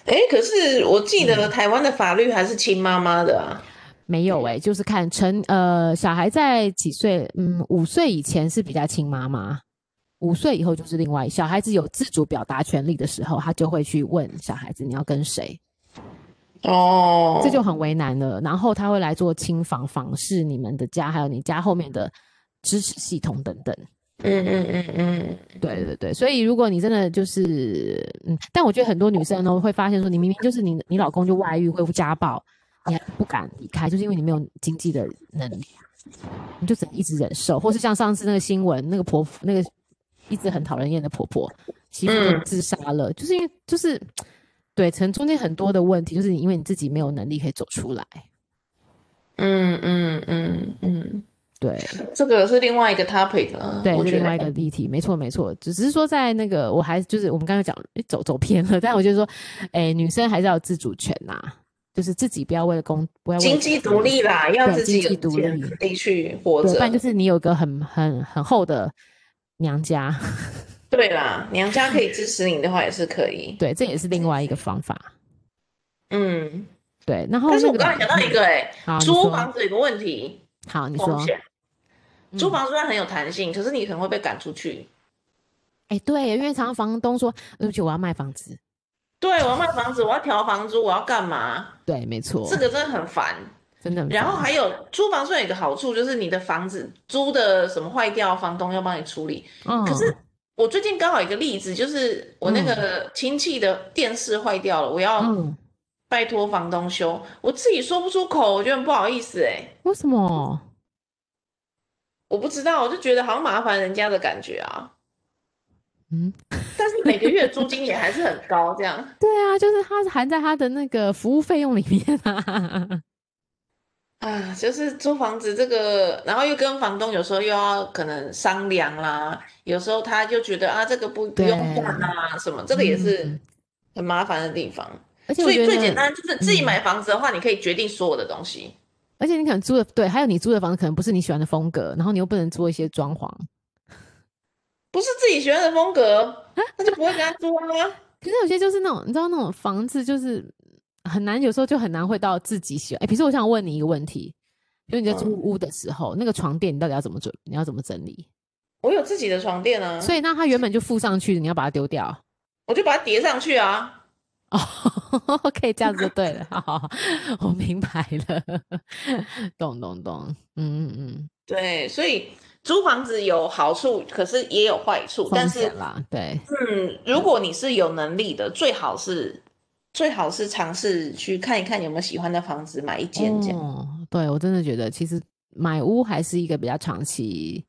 Speaker 2: 哎、可是我记得
Speaker 1: 嗯
Speaker 2: 台湾的法律还是亲妈妈的啊。
Speaker 1: 没有诶、就是看成呃小孩在几岁，嗯，五岁以前是比较亲妈妈，五岁以后就是另外小孩子有自主表达权利的时候，他就会去问小孩子你要跟谁，
Speaker 2: 哦，
Speaker 1: 这就很为难了。然后他会来做亲访访视你们的家，还有你家后面的支持系统等等。
Speaker 2: 嗯嗯嗯嗯，
Speaker 1: 对对对，所以如果你真的就是，嗯，但我觉得很多女生呢会发现说，你明明就是你你老公就外遇会家暴，你还是不敢离开，就是因为你没有经济的能力，你就只能一直忍受，或是像上次那个新闻，那个婆婆那个一直很讨人厌的婆婆媳妇都
Speaker 2: 嗯
Speaker 1: 自杀了，就是因为就是对，从中间很多的问题，就是你因为你自己没有能力可以走出来，
Speaker 2: 嗯嗯嗯嗯，
Speaker 1: 对。
Speaker 2: 这个是另外一个 topic 了，
Speaker 1: 对，
Speaker 2: 啊我
Speaker 1: 是
Speaker 2: 觉
Speaker 1: 另
Speaker 2: 得
Speaker 1: 外一个例题，没错没错，只是说在那个我还就是我们刚才讲诶走走偏了， 但我就说，哎，女生还是要有自主权呐、就是自己不要为了工不要为了
Speaker 2: 经济独立啦，要
Speaker 1: 对
Speaker 2: 自己
Speaker 1: 经济
Speaker 2: 有
Speaker 1: 独
Speaker 2: 钱
Speaker 1: 立
Speaker 2: 能力去活
Speaker 1: 对，不
Speaker 2: 着
Speaker 1: 然。就是你有一个很很很厚的娘家。
Speaker 2: 对啦，娘家可以支持你的话也是可以。
Speaker 1: 对，这也是另外一个方法。
Speaker 2: 嗯，
Speaker 1: 对，然后
Speaker 2: 但是
Speaker 1: 那个
Speaker 2: 我刚才想到一个哎、
Speaker 1: 好，你
Speaker 2: 租
Speaker 1: 说
Speaker 2: 房子有个问题，
Speaker 1: 好，你
Speaker 2: 风
Speaker 1: 说
Speaker 2: 险。
Speaker 1: 嗯
Speaker 2: 租房虽然很有弹性，可是你可能会被赶出去。
Speaker 1: 哎，对，因为常常房东说，对不起，我要卖房子。
Speaker 2: 对，我要卖房子，我要调房租，我要干嘛？
Speaker 1: 对，没错，
Speaker 2: 这个真的很烦。
Speaker 1: 真的很
Speaker 2: 然后
Speaker 1: 烦
Speaker 2: 还有租房虽然有一个好处，就是你的房子租的什么坏掉，啊房东要帮你处理。
Speaker 1: 嗯，
Speaker 2: 可是我最近刚好有一个例子，就是我那个亲戚的电视坏掉了，我要
Speaker 1: 嗯，
Speaker 2: 拜托房东修，我自己说不出口，我觉得很不好意思哎、
Speaker 1: 为什么？
Speaker 2: 我不知道，我就觉得好像麻烦人家的感觉啊。
Speaker 1: 嗯，
Speaker 2: 但是每个月租金也还是很高，这样
Speaker 1: 对啊，就是它是含在它的那个服务费用里面啊。
Speaker 2: 啊，就是租房子这个，然后又跟房东有时候又要可能商量啦，有时候他就觉得啊这个不不
Speaker 1: 对
Speaker 2: 用换啊什么，这个也是
Speaker 1: 嗯
Speaker 2: 很麻烦的地方。
Speaker 1: 而且我
Speaker 2: 所以
Speaker 1: 觉
Speaker 2: 最
Speaker 1: 得嗯
Speaker 2: 简单就是自己买房子的话，你可以决定所有的东西。
Speaker 1: 而且你可能租的对，还有你租的房子可能不是你喜欢的风格，然后你又不能做一些装潢。
Speaker 2: 不是自己喜欢的风格，
Speaker 1: 啊
Speaker 2: 那就不会跟他租啊。
Speaker 1: 可是有些就是那种，你知道那种房子就是很难，有时候就很难会到自己喜欢。哎，比如说我想问你一个问题，就是你在租
Speaker 2: 嗯
Speaker 1: 屋的时候，那个床垫你到底要怎么准？你要怎么整理？
Speaker 2: 我有自己的床垫啊，
Speaker 1: 所以那它原本就附上去的，你要把它丢掉。
Speaker 2: 我就把它叠上去啊。
Speaker 1: 哦，可以这样子就对了， 好好好，我明白了， 懂懂懂，嗯嗯嗯，
Speaker 2: 对，所以租房子有好处，可是也有坏处。但
Speaker 1: 风
Speaker 2: 是
Speaker 1: 险，啦，对，
Speaker 2: 嗯，如果你是有能力的，最好是最好是尝试去看一看有没有喜欢的房子，买一间这样。
Speaker 1: 哦，对我真的觉得其实买屋还是一个比较长期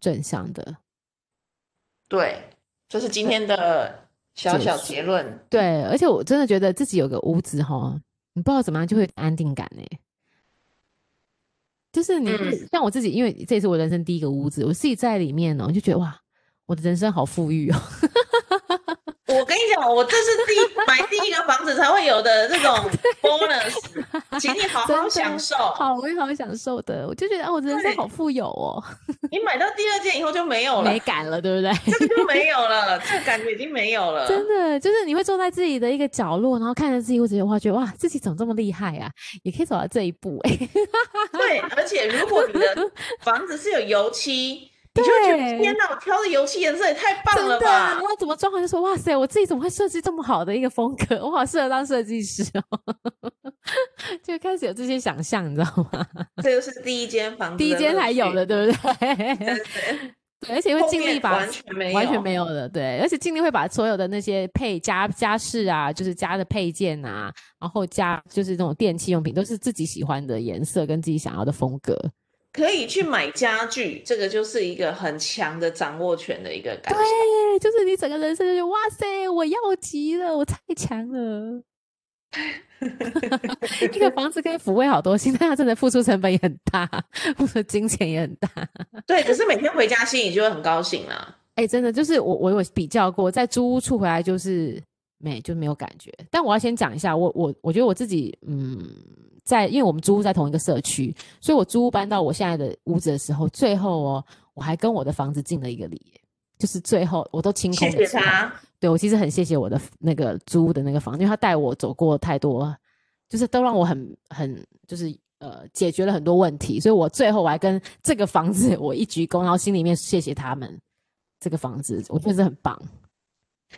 Speaker 1: 正向的，
Speaker 2: 对，这是今天的小小结论。
Speaker 1: 对，而且我真的觉得自己有个屋子哈，你不知道怎么样就会有安定感呢、欸就是你、
Speaker 2: 嗯
Speaker 1: 像我自己，因为这也是我人生第一个屋子，我自己在里面呢、哦我就觉得哇，我的人生好富裕 哦。
Speaker 2: 我跟你讲，我这是第一买第一个房子才会有的这种 bonus，请你好
Speaker 1: 真
Speaker 2: 好
Speaker 1: 的
Speaker 2: 享受。
Speaker 1: 好，我也好享受的，我就觉得啊，我的人生
Speaker 2: 对
Speaker 1: 好富有哦，
Speaker 2: 你买到第二件以后就嗯没有了
Speaker 1: 美，感了，对不对？
Speaker 2: 这个就没有了，这个感觉已经没有 了。
Speaker 1: 真的就是你会坐在自己的一个角落，然后看着自己，我觉得哇，觉得哇，自己怎么这么厉害啊？也可以走到这一步哎、
Speaker 2: 对，而且如果你的房子是有 油漆，你就会觉得
Speaker 1: 对
Speaker 2: 天哪，我挑的油漆颜色也太棒
Speaker 1: 真
Speaker 2: 了
Speaker 1: 的，
Speaker 2: 吧
Speaker 1: 然！后怎么装潢就说哇塞，我自己怎么会设计这么好的一个风格？我好适合当设计师哦， 就开始有这些想象，你知道 吗？
Speaker 2: 这就是第一间房子，
Speaker 1: 第一间还有的，，对不 对？
Speaker 2: 对，
Speaker 1: 对，而且会
Speaker 2: 后
Speaker 1: 尽力
Speaker 2: 面
Speaker 1: 把
Speaker 2: 完全没有，
Speaker 1: 完全没有的，对，而且尽力会把所有的那些配家家饰啊，就是家的配件啊，然后家就是那种电器用品，都是自己喜欢的颜色跟自己想要的风格。
Speaker 2: 可以去买家具，这个就是一个很强的掌握权的一个感觉。
Speaker 1: 对，就是你整个人生就觉得哇塞，我要极了，我太强了。 一个房子可以抚慰好多心， 但它真的付出成本也很大，付出金钱也很大。
Speaker 2: 对，可是每天回家心里就会很高兴啦。
Speaker 1: 哎、真的就是我我有比较过，在租屋处回来就是没就没有感觉。但我要先讲一下，我我我觉得我自己嗯，在因为我们租屋在同一个社区，所以我租屋搬到我现在的屋子的时候，最后哦，我还跟我的房子敬了一个礼耶，就是最后我都清空
Speaker 2: 谢
Speaker 1: 了
Speaker 2: 谢
Speaker 1: 之后
Speaker 2: 他，
Speaker 1: 对我其实很谢谢我的那个租的那个房，因为他带我走过太多，就是都让我很很就是呃解决了很多问题，所以我最后我还跟这个房子 我一鞠躬，然后心里面谢谢他们。这个房子我觉得是很棒，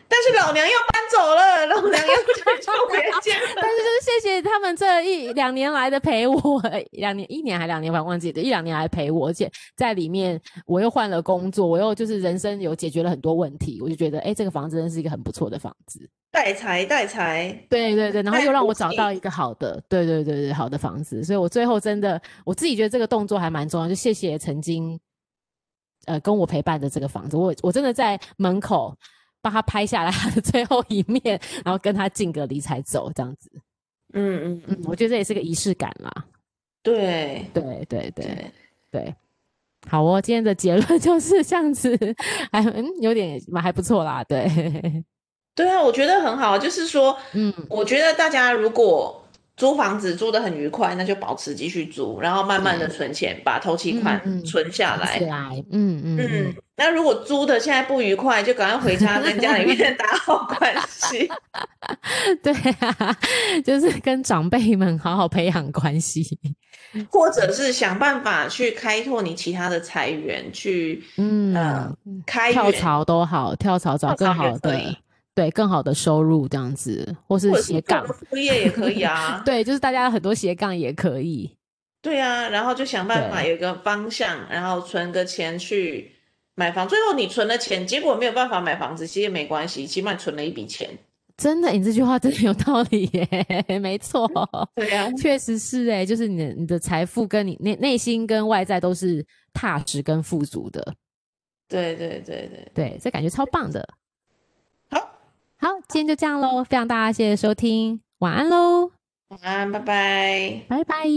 Speaker 2: 但是老娘要搬走了，老娘要去住别间了
Speaker 1: 但是就是谢谢他们这一两年来的陪我， 两年一年还两年吧，忘记了，一两年来陪我，而且在里面我又换了工作，我又就是人生有解决了很多问题，我就觉得哎、诶这个房子真是一个很不错的房子。
Speaker 2: 带财带财，
Speaker 1: 对对对，然后
Speaker 2: 在
Speaker 1: 又让
Speaker 2: 附
Speaker 1: 我找
Speaker 2: 近
Speaker 1: 到一个好的，对对对对，好的房子，所以我最后真的我自己觉得这个动作还蛮重要，就谢谢曾经呃跟我陪伴的这个房子，我我真的在门口帮他拍下来他的最后一面，然后跟他敬个礼才走，这样子，
Speaker 2: 嗯嗯
Speaker 1: 嗯，我觉得这也是个仪式感啦，
Speaker 2: 对
Speaker 1: 对对对
Speaker 2: 对，
Speaker 1: 对，好哦，今天的结论 就是这样子，还嗯有点蛮还不错啦，对，
Speaker 2: 啊 对啊，我觉得很好，就是说，
Speaker 1: 嗯
Speaker 2: 我觉得大家如果租房子租得很愉快，那就保持继续租，然后慢慢的存钱，把头期款
Speaker 1: 嗯嗯嗯
Speaker 2: 存下来
Speaker 1: 起。来，嗯嗯
Speaker 2: 嗯，那如果租的现在不愉快，就赶快回家跟家 里面打好关系。
Speaker 1: 嗯，对啊，就是跟长辈们好好培养关系。
Speaker 2: 或者是想办法去开拓你其他的财源，去
Speaker 1: 嗯，
Speaker 2: 呃开
Speaker 1: 跳
Speaker 2: 源，
Speaker 1: 槽都好，跳槽找
Speaker 2: 跳槽
Speaker 1: 更
Speaker 2: 也
Speaker 1: 好
Speaker 2: 可
Speaker 1: 的
Speaker 2: 以，
Speaker 1: 对，更好的收入这样子，或是
Speaker 2: 或者是
Speaker 1: 斜
Speaker 2: 做
Speaker 1: 杠。
Speaker 2: 个，副业也可以啊
Speaker 1: 对，就是大家很多斜杠也可以。
Speaker 2: 对啊，然后就想办法
Speaker 1: 对
Speaker 2: 有一个方向，然后存个钱去买房。最后你存了钱，结果没有办法买房子，其实也没关系，起码存了一笔钱。
Speaker 1: 真的，你这句话真的有道理耶，没错，
Speaker 2: 对啊，
Speaker 1: 确实是哎，就是你的你的财富跟你内内心跟外在都是踏实跟富足的，
Speaker 2: 对对对对，
Speaker 1: 对，这感觉超棒的。
Speaker 2: 好，
Speaker 1: 好，今天就这样喽，非常大家谢谢收听，晚安喽，
Speaker 2: 晚安，拜拜。
Speaker 1: 拜拜。